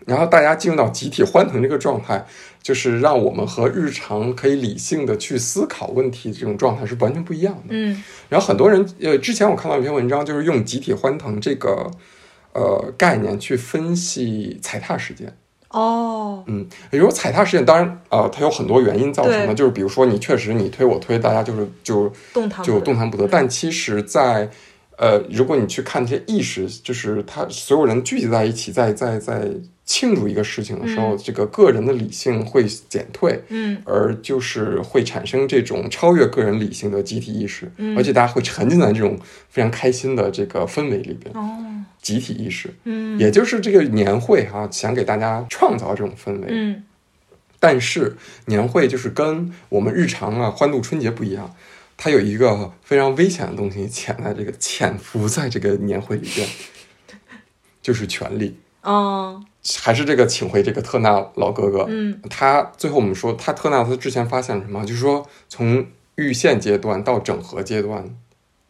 然后大家进入到集体欢腾这个状态，就是让我们和日常可以理性的去思考问题这种状态是完全不一样的。嗯然后很多人，呃，之前我看到一篇文章，就是用集体欢腾这个呃概念去分析踩踏事件。哦，嗯，也就是说踩踏事件，当然，呃，它有很多原因造成对的，就是比如说你确实你推我推，大家就是就动弹不就得动弹不得。但其实在，呃，如果你去看这些意识，就是他所有人聚集在一起，在在在庆祝一个事情的时候，嗯这个个人的理性会减退，嗯而就是会产生这种超越个人理性的集体意识，嗯而且大家会沉浸在这种非常开心的这个氛围里边，哦集体意识，嗯也就是这个年会哈、想给大家创造这种氛围。嗯但是年会就是跟我们日常啊欢度春节不一样，它有一个非常危险的东西潜在这个潜伏在这个年会里边， 就是权力。嗯还是这个请回这个特纳老哥哥，嗯，他最后我们说他特纳他之前发现了什么？就是说从预线阶段到整合阶段，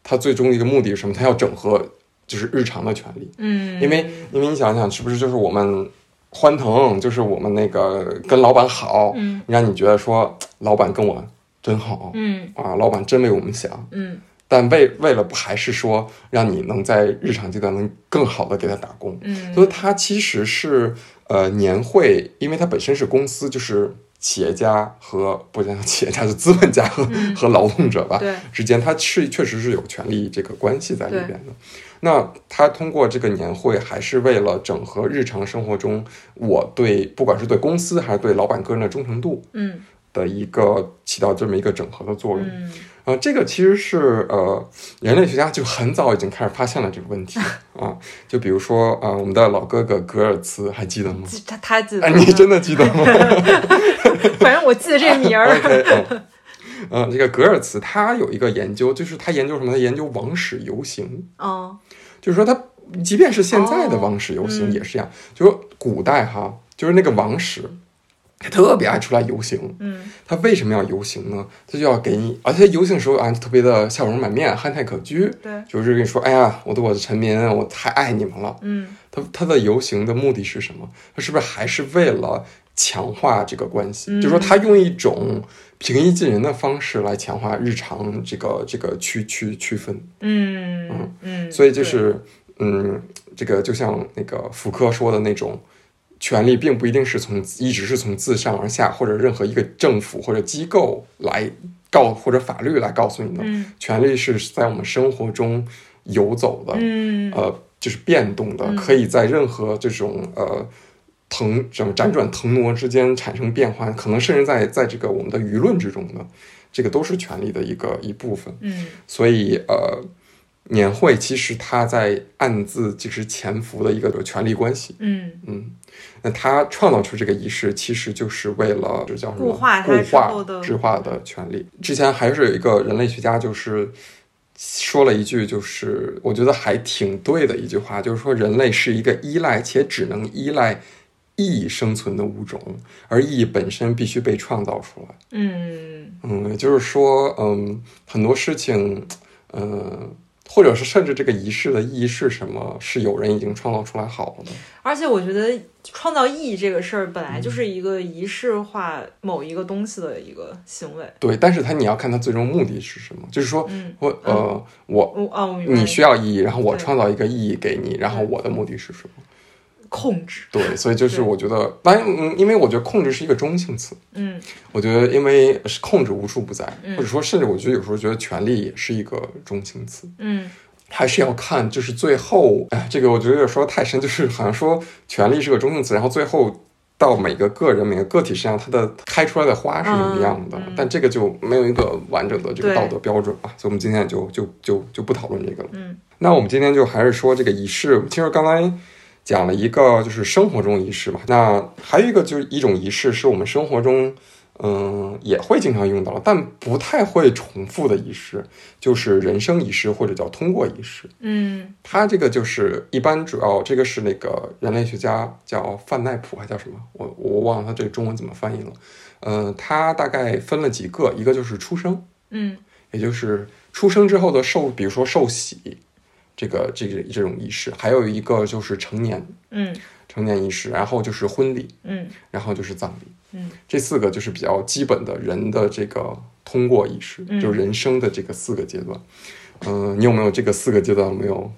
他最终一个目的是什么？他要整合就是日常的权利，嗯，因为因为你想想，是不是就是我们欢腾，就是我们那个跟老板好，嗯让你觉得说老板跟我真好、嗯啊，老板真为我们想，嗯但为为了不还是说让你能在日常阶段能更好的给他打工，嗯，所以它其实是呃年会，因为它本身是公司，就是企业家和不讲企业家，就资本家和、嗯和劳动者吧对之间，它是确实是有权利这个关系在里对边的。那他通过这个年会，还是为了整合日常生活中我对不管是对公司还是对老板个人的忠诚度嗯的一个起到这么一个整合的作用。嗯啊、这个其实是呃，人类学家就很早已经开始发现了这个问题啊。就比如说啊、我们的老哥哥格尔茨还记得吗？记他他记得哎，吗，你真的记得 吗反正我记得这名 儿， ？OK，嗯呃，这个格尔茨他有一个研究，就是他研究什么？他研究王室游行，嗯就是说他即便是现在的哦王室游行嗯也是一样，就说古代哈，就是那个王室，他特别爱出来游行，嗯他为什么要游行呢？他就要给你，而且游行的时候啊，特别的笑容满面，憨态可掬。对就是跟你说，哎呀，我的我的臣民，我太爱你们了。嗯他他的游行的目的是什么？他是不是还是为了强化这个关系？嗯就是说，他用一种平易近人的方式来强化日常这个这个区区区分。嗯嗯，所以就是，嗯，这个就像那个福柯说的那种，权力并不一定是从一直是从自上而下，或者任何一个政府或者机构来告或者法律来告诉你的，嗯权力是在我们生活中游走的，对嗯呃，就是变动的，嗯可以在任何这种呃。腾什么辗转腾挪之间产生变化，可能甚至在在这个我们的舆论之中呢，这个都是权力的一个一部分。嗯所以呃，年会其实它在暗自其实潜伏的一个权力关系。嗯嗯，那他创造出这个仪式，其实就是为了这叫什么？固化它固之后化的制化的权利。之前还是有一个人类学家，就是说了一句，就是我觉得还挺对的一句话，就是说人类是一个依赖且只能依赖意义生存的物种，而意义本身必须被创造出来。嗯嗯，也就是说，嗯，很多事情，呃，或者是甚至这个仪式的意义是什么，是有人已经创造出来好了的。而且我觉得创造意义这个事儿本嗯来就是一个仪式化某一个东西的一个行为。对，但是它你要看它最终目的是什么，就是说嗯，我呃，我我啊，我明白你需要意义，然后我对创造一个意义给你，然后我的目的是什么？控制。对，所以就是对我觉得，当然，嗯，因为我觉得控制是一个中性词，嗯我觉得因为是控制无处不在，嗯或者说甚至我觉得有时候觉得权力也是一个中性词。嗯还是要看，就是最后，哎，这个我觉得有点说得太深， 就是好像说权力是个中性词，然后最后到每个个人、每个个体身上，它的开出来的花是什么样的，嗯嗯但这个就没有一个完整的这个对道德标准吧，所以我们今天就就就就不讨论这个了。嗯那我们今天就还是说这个仪式，其实刚才讲了一个就是生活中仪式嘛，那还有一个就是一种仪式是我们生活中。嗯，也会经常用到，但不太会重复的仪式，就是人生仪式或者叫通过仪式。嗯它这个就是一般主要这个是那个人类学家叫范奈普还叫什么，我我忘了他这个中文怎么翻译了。呃，他大概分了几个，一个就是出生，嗯也就是出生之后的受，比如说受洗，这个这个这种仪式，还有一个就是成年嗯成年仪式，然后就是婚礼，嗯然后就是葬礼，嗯这四个就是比较基本的人的这个通过仪式，嗯就人生的这个四个阶段。嗯、你有没有这个四个阶段有没有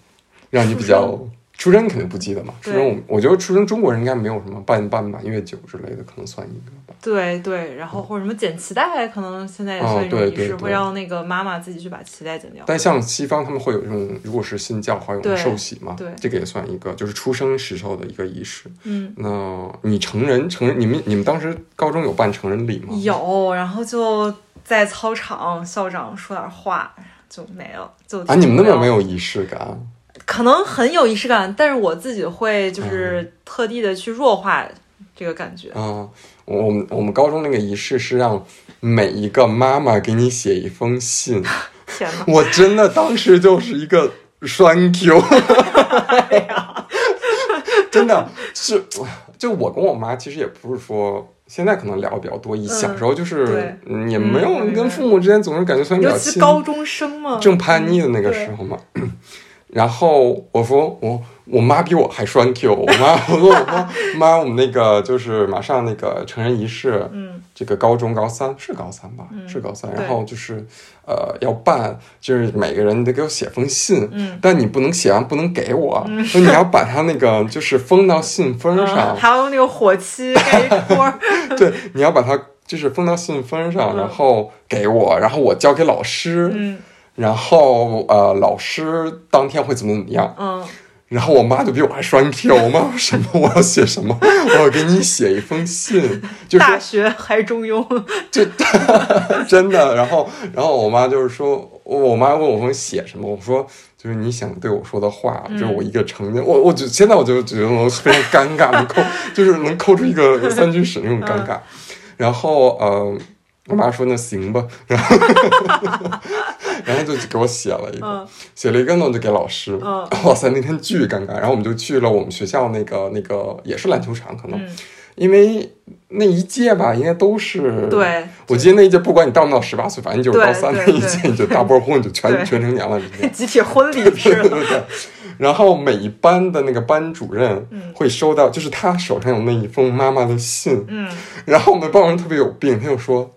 让你比 较？出生你肯定不记得嘛，出对生我我觉得出生中国人应该没有什么半半满月酒之类的，可能算一个吧。对对，然后或者什么剪脐带，可能现在也哦算一种对仪对式，对会让那个妈妈自己去把脐带剪掉。但像西方他们会有这种，如果是信教还有对受洗嘛，对这个也算一个，就是出生时候的一个仪式。嗯，那你成人成人，你们你们当时高中有办成人礼吗？有，然后就在操场，校长说点话就没了，就啊，你们那边没没有仪式感？可能很有仪式感，但是我自己会嗯就是特地的去弱化这个感觉。啊，我我们我们高中那个仪式是让每一个妈妈给你写一封 信，天哪，我真的当时就是一个栓 Q，真的是，就我跟我妈其实也不是说。现在可能聊的比较多，以小时候就是嗯对嗯也没有嗯跟父母之间总是感觉虽然比尤较其是亲，高中生嘛，正叛逆的那个嗯时候嘛。然后我说我我妈比我还栓 Q，我妈我说我妈妈我们那个就是马上那个成人仪式，嗯，这个高中高三是高三吧，嗯是高三，对然后就是呃要办，就是每个人得给我写封信，嗯但你不能写完不能给我，说你要把它那个就是封到信封嗯上， 还有那个火漆盖一锅， 对，你要把它就是封到信封上，嗯然后给我，然后我交给老师，嗯然后呃，老师当天会怎么怎么样？嗯然后我妈就比我还双 Q，我妈说什么？我要写什么？我要给你写一封信，就是大学还中庸，就真的。然后，然后我妈就是说，我妈问我说写什么，我说就是你想对我说的话，就是我嗯一个成年，我我就现在我就觉得我非常尴尬，能抠就是能抠出一 个三居室那种嗯尴尬。然后，呃，我妈说那行吧，然后然后就给我写了一个，嗯写了一个呢，我就给老师。嗯哇塞，那天巨尴尬。然后我们就去了我们学校那个那个也是篮球场，可能、嗯，因为那一届吧，应该都是。对，嗯我记得那一届，不管你到没到十八岁，反正就是对高三那对一对届，你就大波混，就全对全成年了， 你就集体婚礼似 的，然后每一班的那个班主任嗯会收到，就是他手上有那一封妈妈的信，嗯，然后我们班主任特别有病，他就说。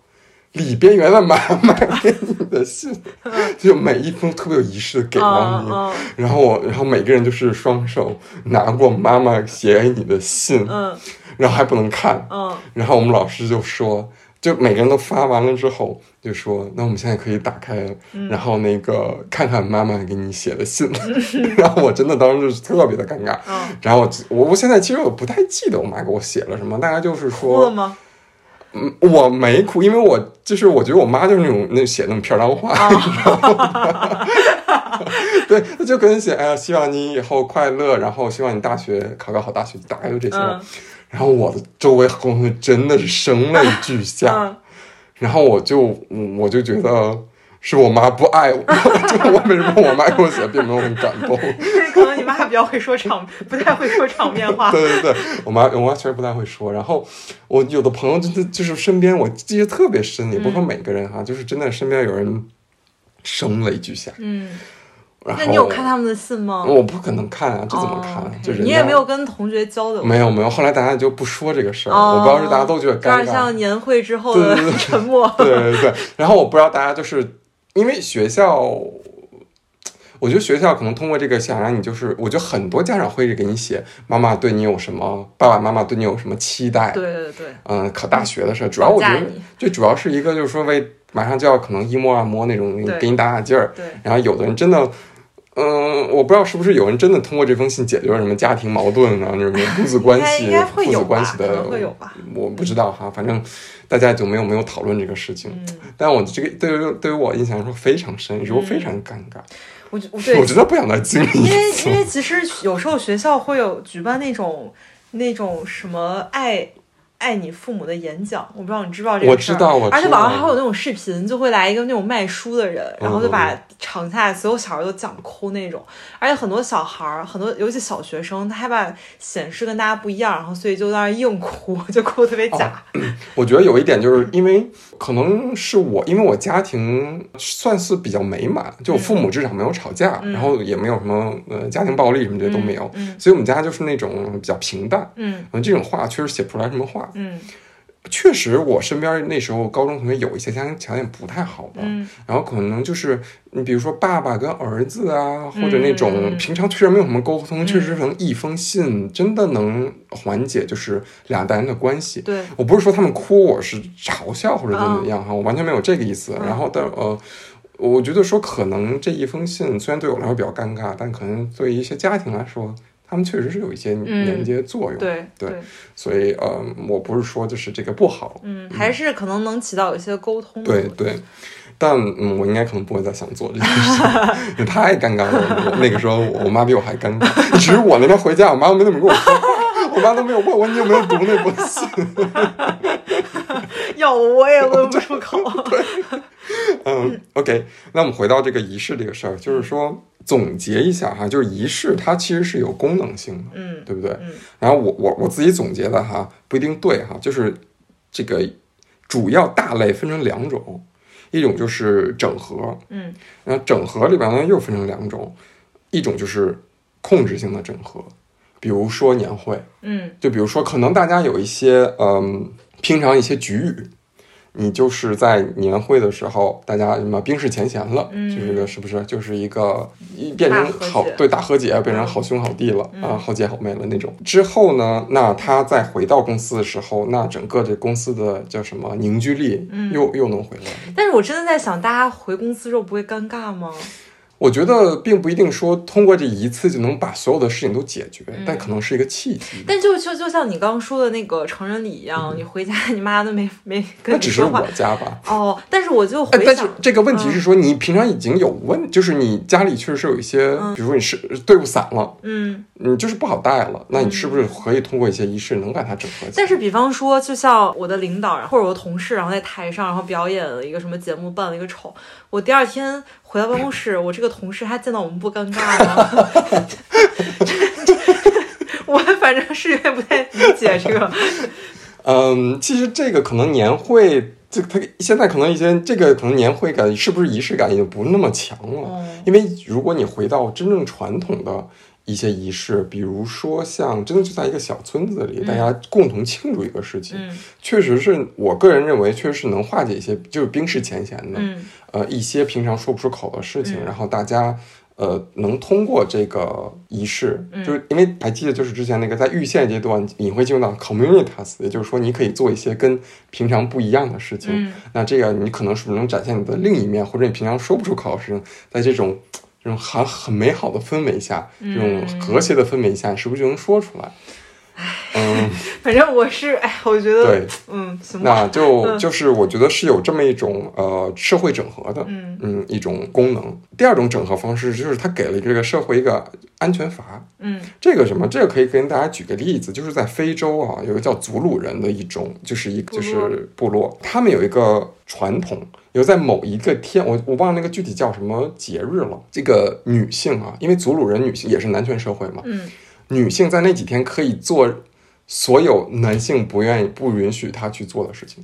里边原来妈妈给你的 信， 就每一封特别有仪式的给到你，嗯然后我，然后每个人就是双手拿过妈妈写给你的信，嗯然后还不能看，嗯然后我们老师就说，就每个人都发完了之后，就说，那我们现在可以打开，嗯然后那个看看妈妈给你写的 信。然后我真的当时就是特别的尴尬。嗯，然后我我我现在其实我不太记得我妈给我写了什么，大概就是哭了说，吗？嗯，我没哭，因为我就是我觉得我妈就是那种那写那种漂亮话，然后 对，她就可能写哎呀，希望你以后快乐，然后希望你大学考个好大学，大概就这些吧。嗯然后我的周围朋友真的是声泪俱下，嗯然后我就嗯我就觉得是我妈不爱我， 就我为什么我妈给我写，并没有很感动。可能你妈比较会说场，不太会说场面 话。对对对，我妈我妈确实不太会说。然后我有的朋友真的就是身边，我记得特别深，也不是说每个人嗯哈、就是真的身边有人声泪俱下。嗯，然后那你有看他们的信吗？我不可能看啊，这怎么哦看啊？ ，OK 就人你家也没有跟同学交流，没有没有，后来大家就不说这个事儿、哦我不知道是大家都觉得有尴点尬像，年会之后的对对对沉默。 对对对。然后我不知道大家就是因为学校，我觉得学校可能通过这个想让你就是，我觉得很多家长会给你写妈妈对你有什么，爸爸妈妈对你有什么期待。对对对，嗯，考大学的事儿，主要我觉绑得架你最主要是一个就是说为马上就要可能一摸二摸那种对给你打打劲儿，对然后有的人真的。嗯，我不知道是不是有人真的通过这封信解决了什么家庭矛盾啊，那种母子关系、应该应该会父有子吧关系可的，能会有吧我不知道哈，反正大家就没有没有讨论这个事情。嗯但我这个对于对于我印象来说非常深，如果非常尴尬，我觉 我嗯对我，真的不想再经历因为一次因。为其实有时候学校会有举办那种那种什么爱。爱你父母的演讲，我不知道你知不知道这个我事儿知道我知道而且网上还有那种视频，就会来一个那种卖书的人，然后就把嗯场下所有小孩都讲哭那种。而且很多小孩儿，很多尤其小学生，他害怕显示跟大家不一样，然后所以就在那儿硬哭， 就哭得特别假。哦我觉得有一点就是因为可能是我，因为我家庭算是比较美满，就我父母至少没有吵架，然后也没有什么呃家庭暴力什么这些都没有，嗯所以我们家就是那种比较平淡。嗯嗯，这种话确实写不出来什么话。嗯确实，我身边那时候高中同学有一些家庭条件不太好的，嗯然后可能就是你比如说爸爸跟儿子啊，或者那嗯种嗯平常确实没有什么沟通，确实可能一封信真的能缓解就是俩代人的关系。对，我不是说他们哭，我是嘲笑或者怎么样哈，我完全没有这个意思。然后但呃，我觉得说可能这一封信虽然对我来说比较尴尬，但可能对于一些家庭来说，他们确实是有一些连接作用。对对所以呃，我不是说就是这个不好，嗯，还是可能能起到一些沟通的对作用。对。但嗯，我应该可能不会再想做这件事情，也太尴尬了。我那个时候，我妈比我还尴尬。只是我那天回家，我妈没怎么跟我说话，我妈都没有问我你有没有读那封信。要我我哦也问不出口。嗯，OK，那我们回到这个仪式这个事儿，就是嗯说总结一下哈，就是仪式它其实是有功能性的，嗯对不对？嗯然后我我我自己总结的哈，不一定对哈，就是这个主要大类分成两种，一种就是整合，嗯然后整合里边呢又分成两种，一种就是控制性的整合，比如说年会，嗯就比如说，可能大家有一些嗯，平常一些局域，你就是在年会的时候，大家什么冰释前嫌了，就是个是不是就是一个一变成嗯大和好解嗯对大和解，变成好兄好弟了啊，好姐好妹了那种。之后呢，那他再回到公司的时候，那整个这公司的叫什么凝聚力嗯又又能回来。但是我真的在想，大家回公司之后不会尴尬吗？我觉得并不一定说通过这一次就能把所有的事情都解决，但可能是一个契机。嗯但就就就像你刚刚说的那个成人礼一样，你回家你妈都没没那跟你只是说话我。家吧，哦，但是我就哎，回但想嗯是，这个问题是说，你平常已经有问，就是你家里确实是有一些，比如说你是队伍散了，嗯，你就是不好带了，那你是不是可以通过一些仪式能把它整合起来？但是比方说，就像我的领导或者我的同事，然后在台上，然后表演了一个什么节目，扮了一个丑，我第二天回到办公室，我这个同事他见到我们不尴尬吗？我反正是有点不太理解这个，嗯，其实这个可能年会，这它现在可能一些这个可能年会感是不是仪式感已经不那么强了，嗯因为如果你回到真正传统的。一些仪式，比如说像真的就在一个小村子里，大家共同庆祝一个事情，嗯确实是我个人认为，确实是能化解一些就是冰释前嫌的。嗯呃一些平常说不出口的事情，然后大家呃能通过这个仪式，就是因为还记得就是之前那个在预线阶段，你会进入到 communitas，也就是说你可以做一些跟平常不一样的事情。嗯那这个你可能是不是能展现你的另一面，或者你平常说不出口的事情，在这种。这种很很美好的氛围下，这种和谐的氛围下，你是不是就能说出来？嗯，反正我是哎，我觉得对，嗯行吧，那就就是我觉得是有这么一种呃社会整合的，嗯一种功能。第二种整合方式就是它给了这个社会一个安全阀。嗯这个什么，这个可以跟大家举个例子，就是在非洲啊，有一个叫祖鲁人的一种，就是一部就落是部落，他们有一个传统，有在某一个天，我我忘了那个具体叫什么节日了。这个女性啊，因为祖鲁人女性也是男权社会嘛，嗯女性在那几天可以做所有男性不愿意、不允许她去做的事哦情，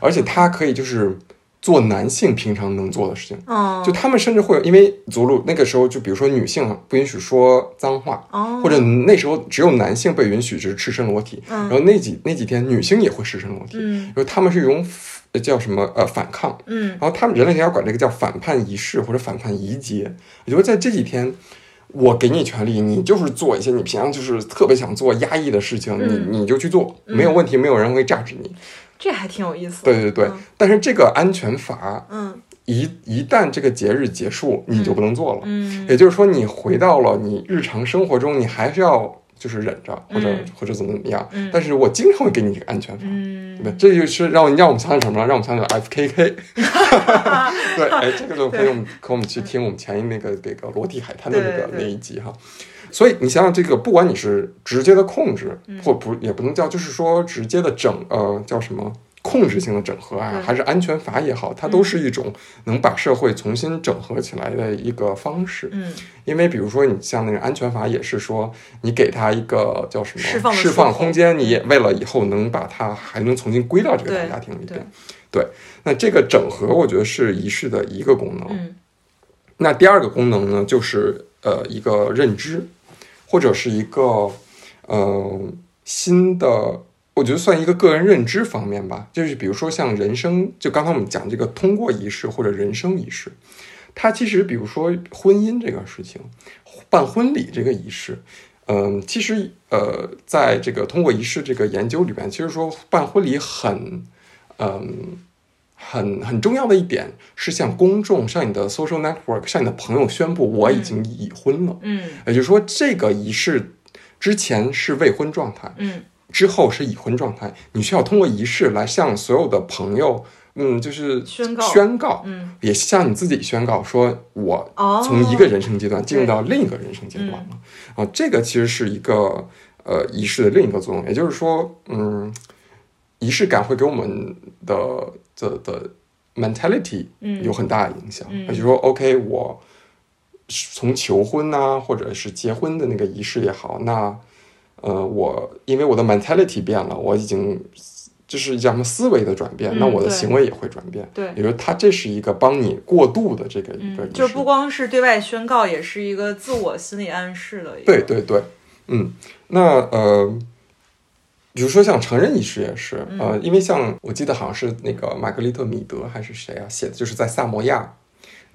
而且她可以就是做男性平常能做的事情。嗯就他们甚至会有，因为祖鲁那个时候，就比如说女性啊不允许说脏话，哦或者那时候只有男性被允许就是赤身裸体，然后那几那几天女性也会赤身裸体，嗯然后他们是一种呃叫什么呃反抗，嗯然后他们人类学家管这个叫反叛仪式或者反叛仪节。也就是在这几天，我给你权利，你就是做一些你平常就是特别想做压抑的事情，嗯你你就去做，没有问题，没有人会榨制你。这还挺有意思的，对对对，但是这个安全阀嗯一一旦这个节日结束，你就不能做了。嗯也就是说，你回到了你日常生活中，你还是要就是忍着，或者、嗯或者怎么怎么样。嗯但是我经常会给你这个安全阀。嗯，对，这就是让让我们想起什么了？让我们想起了 FKK。对，哎，这个就可以我们可以我们去听我们前一那个这个裸体海滩的那个对那对一集哈。所以你想想，这个不管你是直接的控制，嗯或不也不能叫，就是说直接的整呃叫什么控制性的整合啊，还是安全阀也好，它嗯都是一种能把社会重新整合起来的一个方式。嗯因为比如说你像那个安全阀也是说，你给他一个叫什么释放的释出口放空间，你也为了以后能把它还能重新归到这个大对家庭里边。对，那这个整合我觉得是仪式的一个功能。嗯那第二个功能呢，就是呃一个认知，或者是一个呃新的，我觉得算一个个人认知方面吧。就是比如说像人生，就刚才我们讲这个通过仪式或者人生仪式，它其实比如说婚姻这个事情，办婚礼这个仪式。嗯，其实呃，在这个通过仪式这个研究里边，其实说办婚礼很，嗯，很很重要的一点是向公众、向你的 social network、向你的朋友宣布我已经已婚了，嗯也就是说，这个仪式之前是未婚状态，嗯之后是已婚状态，你需要通过仪式来向所有的朋友，嗯，就是宣告宣告，嗯也向你自己宣告说，我哦从一个人生阶段进入到另一个人生阶段了。啊，这个其实是一个呃仪式的另一个作用，也就是说，嗯，仪式感会给我们的的的 mentality 嗯有很大的影响。嗯也就是说，OK，我是从求婚呐、或者是结婚的那个仪式也好，那呃，我因为我的 mentality 变了，我已经。就是叫什么思维的转变，嗯那我的对行为也会转变。对也就是它这是一个帮你过渡的这个一个仪式，嗯，就是不光是对外宣告，也是一个自我心理暗示的一个。对对对，嗯，那呃，比如说像成人仪式也是，呃，因为像我记得好像是那个玛格丽特米德还是谁啊写的，就是在萨摩亚，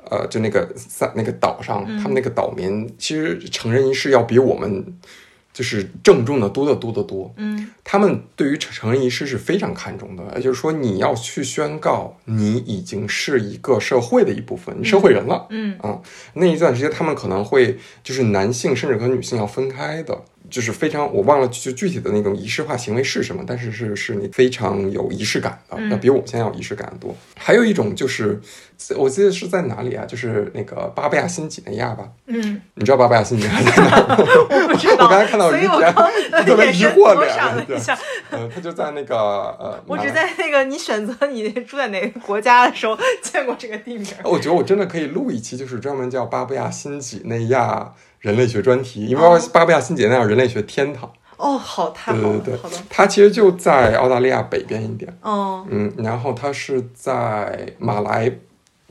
呃，就那个萨那个岛上，他们那个岛民其实成人仪式要比我们就是郑重的多得多得多。嗯他们对于成成人仪式是非常看重的，也就是说你要去宣告你已经是一个社会的一部分，你社会人了。嗯啊，那一段时间他们可能会就是男性甚至和女性要分开的，就是非常我忘了就具体的那种仪式化行为是什么，但是是是你非常有仪式感嗯的，那比我们现在有仪式感得多。还有一种就是，我记得是在哪里啊？就是那个巴布亚新几内亚吧？ 嗯，你知道巴布亚新几内亚在哪儿 吗？我不知道，我刚才看到所以瑜 我伽刚特别眼疑神惑躲脸闪了对一下，呃，他就在那个呃，我哪只来在那个你选择你 住在哪个国家的时候见过这个地名。我觉得我真的可以录一期，就是专门叫巴布亚新几内亚人类学专题，因为巴布亚新几内亚人类学天堂。哦，好，太好对了，对对好的，，它其实就在澳大利亚北边一点，嗯嗯，然后它是在马来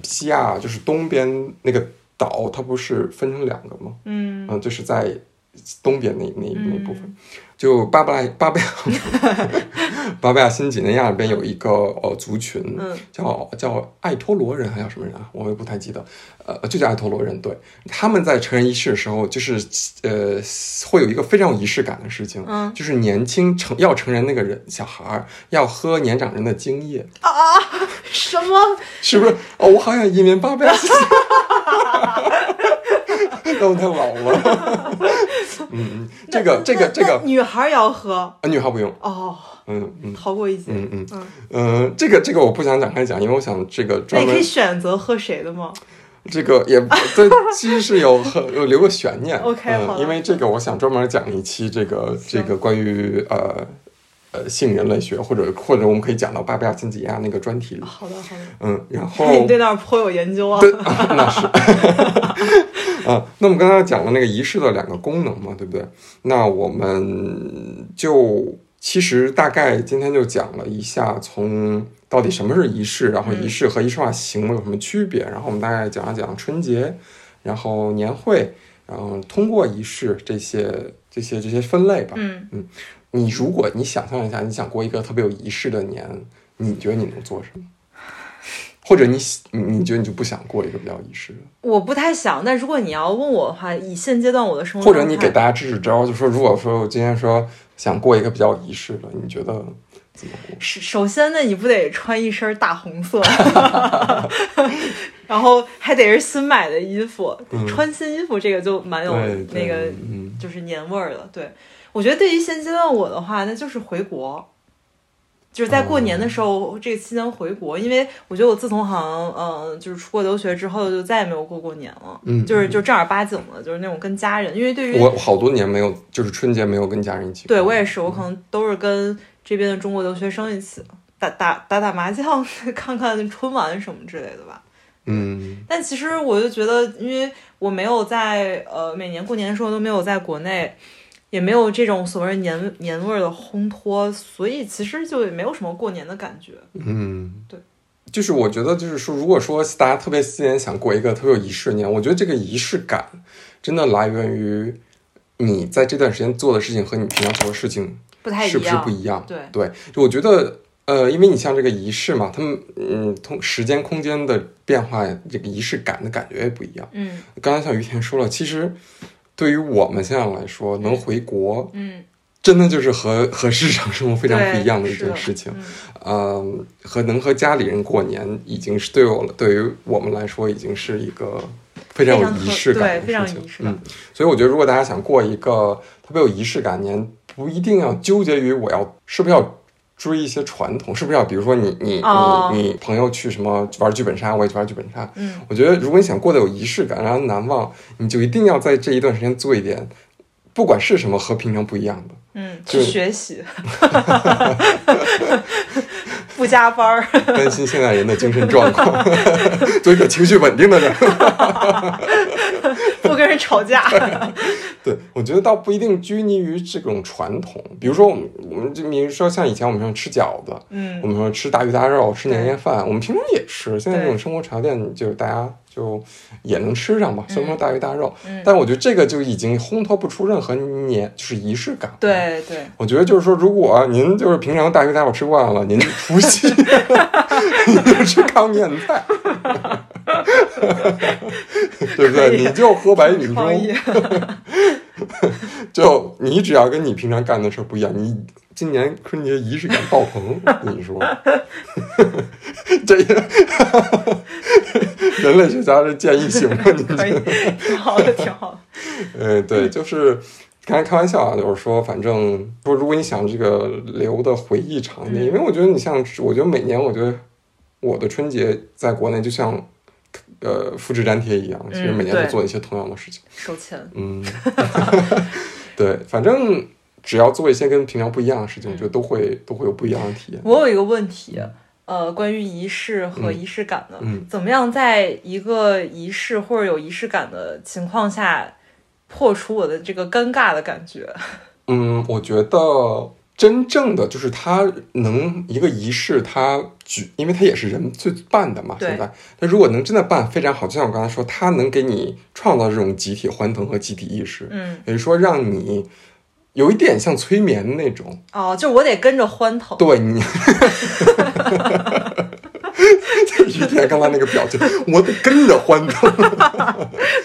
西亚，就是东边那个岛，它不是分成两个吗？嗯嗯，就是在东边那那那部分，就巴布亚巴布亚 巴布亚新几内亚那边有一个呃族群，嗯叫叫爱托罗人还叫什么人啊？我也不太记得，呃，就叫爱托罗人。对，他们在成人仪式的时候，就是呃，会有一个非常有仪式感的事情，嗯就是年轻成要成人那个人小孩儿要喝年长人的精液，啊，什么？是不是？哦，我好想移民 巴布亚新几内亚，那我太老了。 嗯，这个这个那这个啊那，女孩也要喝啊女孩不用，哦，嗯嗯。逃过一劫。嗯嗯嗯呃，这个这个我不想展开讲，因为我想这个那专你门哎可以选择喝谁的吗？这个也这其实是有很有留个悬念。 OK，好嗯，的因为这个我想专门讲一期这个这行个关于呃呃性人类学，或者或者我们可以讲到巴布亚新几内亚那个专题里。好的，好的。嗯，然后 你对那儿颇有研究啊。对，啊那是啊。那我们刚才讲了那个仪式的两个功能嘛，对不对？那我们就其实大概今天就讲了一下，从到底什么是仪式，然后仪式和仪式化行为有什么区别，然后我们大概讲一讲春节，然后年会，然后通过仪式这些这些这些分类吧。嗯，你如果你想象一下，你想过一个特别有仪式的年，你觉得你能做什么？或者你喜你你觉得你就不想过一个比较仪式的，我不太想。但如果你要问我的话，以现阶段我的生活或状者态，你给大家支支招，就说如果说我今天说想过一个比较仪式的，你觉得怎么过？首首先呢，你不得穿一身大 红色，然后还得是新买的衣服，穿新衣服这个就蛮有嗯对对那个嗯就是年味儿的。对，我觉得对于现阶段我的话，那就是回国。就是在过年的时哦候，这个期间回国，因为我觉得我自从好像嗯、呃就是出国留学之后，就再也没有过过年了，嗯就是就正儿八经的，就是那种跟家人，因为对于我我好多年没有，就是春节没有跟家人一起过。对我也是，我可能都是跟这边的中国留学生一起打打打打麻将， 看看春晚什么之类的吧。嗯但其实我就觉得，因为我没有在呃每年过年的时候都没有在国内，也没有这种所谓年年味儿的烘托，所以其实就也没有什么过年的感觉。嗯，对，就是我觉得就是说，如果说大家特别今年想过一个特别有仪式的年，我觉得这个仪式感真的来源于你在这段时间做的事情和你平常做的事情不太一样，是不是不一样？对对，就我觉得，呃，因为你像这个仪式嘛，他们嗯，通时间、空间的变化，这个仪式感的感觉也不一样。嗯刚才像于田说了，其实对于我们现在来说，能回国，嗯，真的就是和和日常生活非常不一样的一对是件的事情。嗯嗯，和能和家里人过年，已经是对我了，对于我们来说，已经是一个非常有仪式感非的事常特对非常情。有仪式感嗯，所以我觉得，如果大家想过一个特别有仪式感的年，不一定要纠结于我要是不是要追一些传统，是不是要比如说你你、哦你你朋友去什么玩剧本杀，我也去玩剧本杀。嗯，我觉得，如果你想过得有仪式感，让人难忘，你就一定要在这一段时间做一点，不管是什么和平常不一样的。 嗯，就去学习， 不加班儿。担心现代人的精神状况，做一个情绪稳定的人。不跟人 吵架。对，我觉得倒不一定拘泥于这种传统，比如说我们我们就比如说像以前我们说吃饺子，嗯我们说吃大鱼大肉，吃年夜饭，我们平常也吃。现在这种对生活条件，就是大家就也能吃上吧，酸汤大鱼大肉。嗯但我觉得这个就已经烘托不出任何年就是仪式感。，对对，我觉得就是说，如果您就是平常大鱼大肉吃惯了，您除夕 你就吃糠面菜， 对不对？可以你就喝白米创粥意，，就你只要跟你平常干的事儿不一样，你今年春节仪式感爆棚，我跟你说， 这人类学家这建议行吗？你可以，挺好的，挺好的。 呃，嗯对，就是刚才开玩笑啊，就是说，反正说，如果你想这个留的回忆长一点，嗯因为我觉得你像，我觉得每年，我觉得我的春节在国内就像呃复制粘贴一样，其实嗯每年都对做一些同样的事情。收钱，嗯， 对，反正只要做一些跟平常不一样的事情，我觉嗯得都会都会有不一样的体验。我有一个问题，呃，关于仪式和仪式感的，嗯怎么样在一个仪式或者有仪式感的情况下，破除我的这个尴尬的感觉？嗯，我觉得真正的就是它能一个仪式，它举，因为它也是人最办的嘛。对现在，它如果能真的办非常好，就像我刚才说，它能给你创造这种集体欢腾和集体意识，嗯，也就是说让你有一点像催眠那种。哦，就我得跟着欢腾，对你， 于天刚才那个表情，我得跟着欢腾。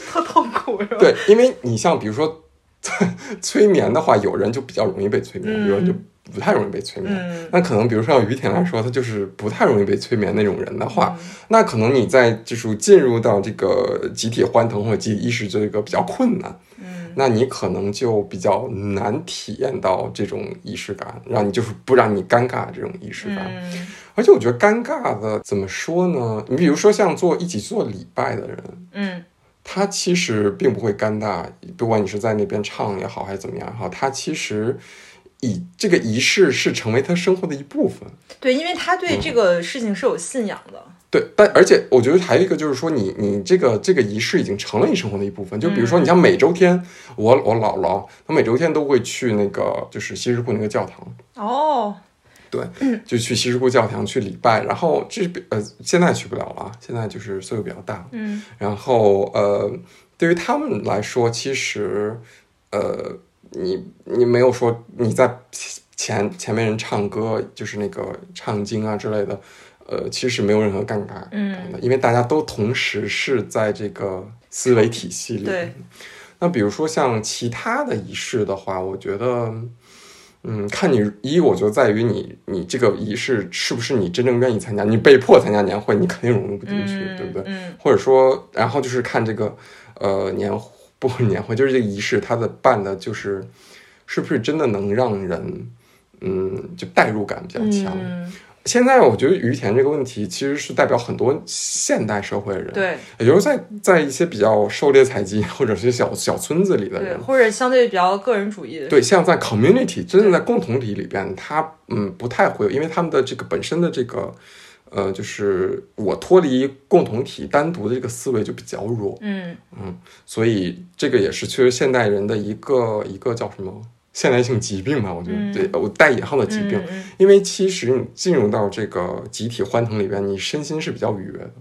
特痛苦是吧？ 对，因为你像比如说 催眠的话，有人就比较容易被催眠，有人就不太容易被催眠。嗯那可能比如说像于田来说，他就是不太容易被催眠那种人的话，嗯那可能你在就是进入到这个集体欢腾或者集体意识这个比较困难，嗯那你可能就比较难体验到这种仪式感，让你就是不让你尴尬这种仪式感。嗯而且我觉得尴尬的怎么说呢？你比如说像做一起做礼拜的人，嗯他其实并不会尴尬，不管你是在那边唱也好，还是怎么样也好，他其实以这个仪式是成为他生活的一部分。对，因为他对嗯这个事情是有信仰的。对，但而且我觉得还有一个就是说你，你这个这个仪式已经成了你生活的一部分。就比如说，你像每周天，我我姥姥她每周天都会去那个就是西什库那个教堂，哦，对，就去西什库教堂去礼拜。然后这呃现在去不了了啊，现在就是岁数比较大了，嗯然后呃，对于他们来说，其实呃，你你没有说你在前前面人唱歌，就是那个唱经啊之类的，呃，其实没有任何尴尬感嗯，的，因为大家都同时是在这个思维体系里。对，那比如说像其他的仪式的话，我觉得。嗯，看你一，我觉得在于你，你这个仪式是不是你真正愿意参加？你被迫参加年会，你肯定融入不进去，嗯对不对？嗯或者说，然后就是看这个呃年会不是年会， 就是这个仪式它的办的就是是不是真的能让人嗯就代入感比较强。嗯，现在我觉得于田这个问题其实是代表很多现代社会的人，，对也就是在在一些比较狩猎采集或者是 小小村子里的对，人。或者相对比较个人主义的，对，像在 community 真正在共同体里边，他嗯不太会有，因为他们的这个本身的这个，呃，就是我脱离共同体单独的这个思维就比较弱，嗯所以这个也是确实现代人的一个一个叫什么现代性疾病吧，我觉得嗯对，我带引号的疾病嗯，嗯因为其实你进入到这个集体欢腾里边，你身心是比较愉悦的。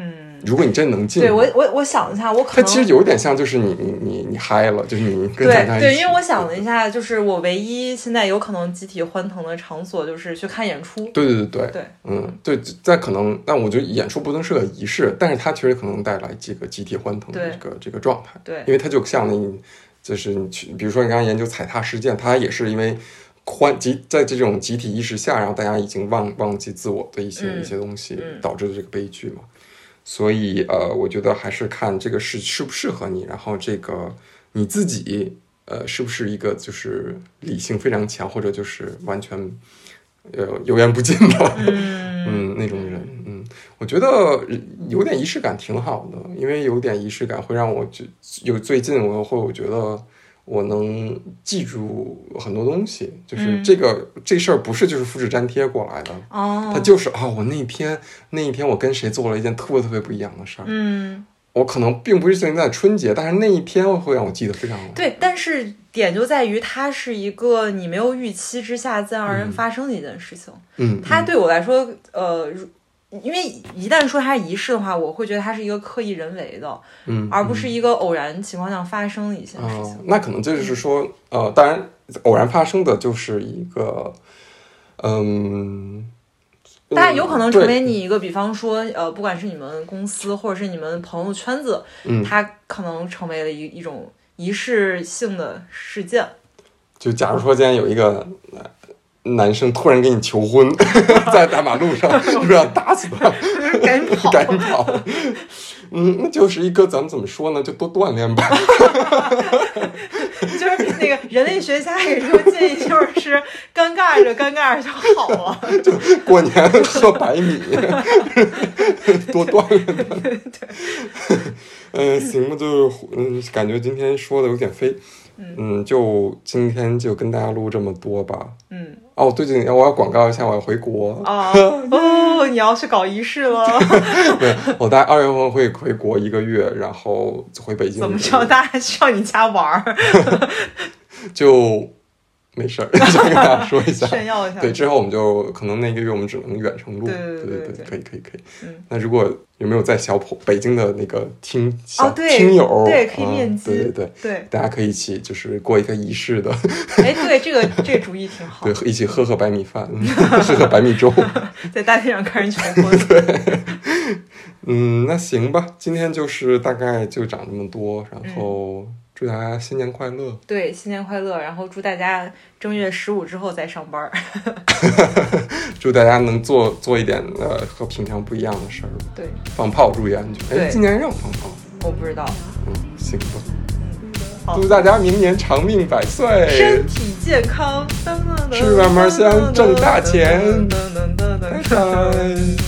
嗯，如果你真能进对入，我我我想一下，我可它能其实有点像就是你你你你嗨了，就是你跟大家对一对，起因为我想了一下，就是我唯一现在有可能集体欢腾的场所就是去看演出，对对对对对，嗯，对，在可能，但我觉得演出不能是个仪式，但是它确实可能带来这个集体欢腾的对这个这个状态。对因为它就像你，就是你去，比如说你刚刚研究踩踏事件，它也是因为欢集在这种集体意识下，然后大家已经忘忘记自我的一些、嗯一些东西，嗯导致的这个悲剧嘛。所以呃，我觉得还是看这个适适不适合你，然后这个你自己呃是不是一个就是理性非常强，或者就是完全呃油盐不进的。嗯嗯，那种人，嗯，我觉得有点仪式感挺好的，因为有点仪式感会让我觉有最近我会我觉得我能记住很多东西，就是嗯这个、这事儿不是就是复制粘贴过来的，哦，它就是啊、我那天那一天我跟谁做了一件特别特别不一样的事儿，嗯我可能并不是现在春节，但是那一天会让我记得非常好。对，但是点就在于它是一个你没有预期之下自然而然发生的一件事情，嗯，它嗯对我来说，呃，如因为一旦说它是仪式的话，我会觉得它是一个刻意人为的，嗯，而不是一个偶然情况下发生的一件事哦情。，那可能这就是说，呃，当然偶然发生的就是一个，嗯，它有可能嗯成对为你一个，比方说，呃，不管是你们公司或者是你们朋友圈子，嗯它可能成为了一一种仪式性的事件。 就假如说今天有一个呃男生突然跟你求婚， 在大马路 上，是不是要打死他，赶紧跑！赶紧跑？嗯，那就是一个咱们怎么说呢，就多锻炼吧。 就是那个人类学家给出的建议，就是尴尬着尴尬着就好了。 过年喝白米， 多锻炼锻炼。嗯，行吧，就嗯，感觉今天说的有点飞，嗯，就今天就跟大家录这么多吧。嗯，哦，对对，我要广告一下，我要回国， 啊哦，你要去搞仪式了？对，我大概二月份会回国一个月，然后回北京。怎么着？大家上你家玩儿， 就没事儿， 就跟大家说 一下。炫耀一下。对，之后我们就可能那个月我们只能远程录。对对对对对对，对可以可以可以。嗯那如果有没有在小浦北京的那个听小哦，对，听友，对，可以啊面基，对对对，对，大家可以一起就是过一个仪式的，哎，对，这个这个主意挺好对，，一起喝喝白米饭， 嗯喝喝白米粥。在大街上看人求 婚，嗯，那行吧，今天就是大概就讲这么多，嗯然后祝大家新年快乐。对，新年快乐，然后祝大家正月十五之后再上班儿，祝大家能做做一点呃和平常不一样的事儿，对，放炮注意安全。哎，对今年让放炮，我不知道，嗯，行吧。好祝大家明年长命百岁，身体健康，噔噔噔吃软麻香挣大钱噔噔噔噔噔拜拜。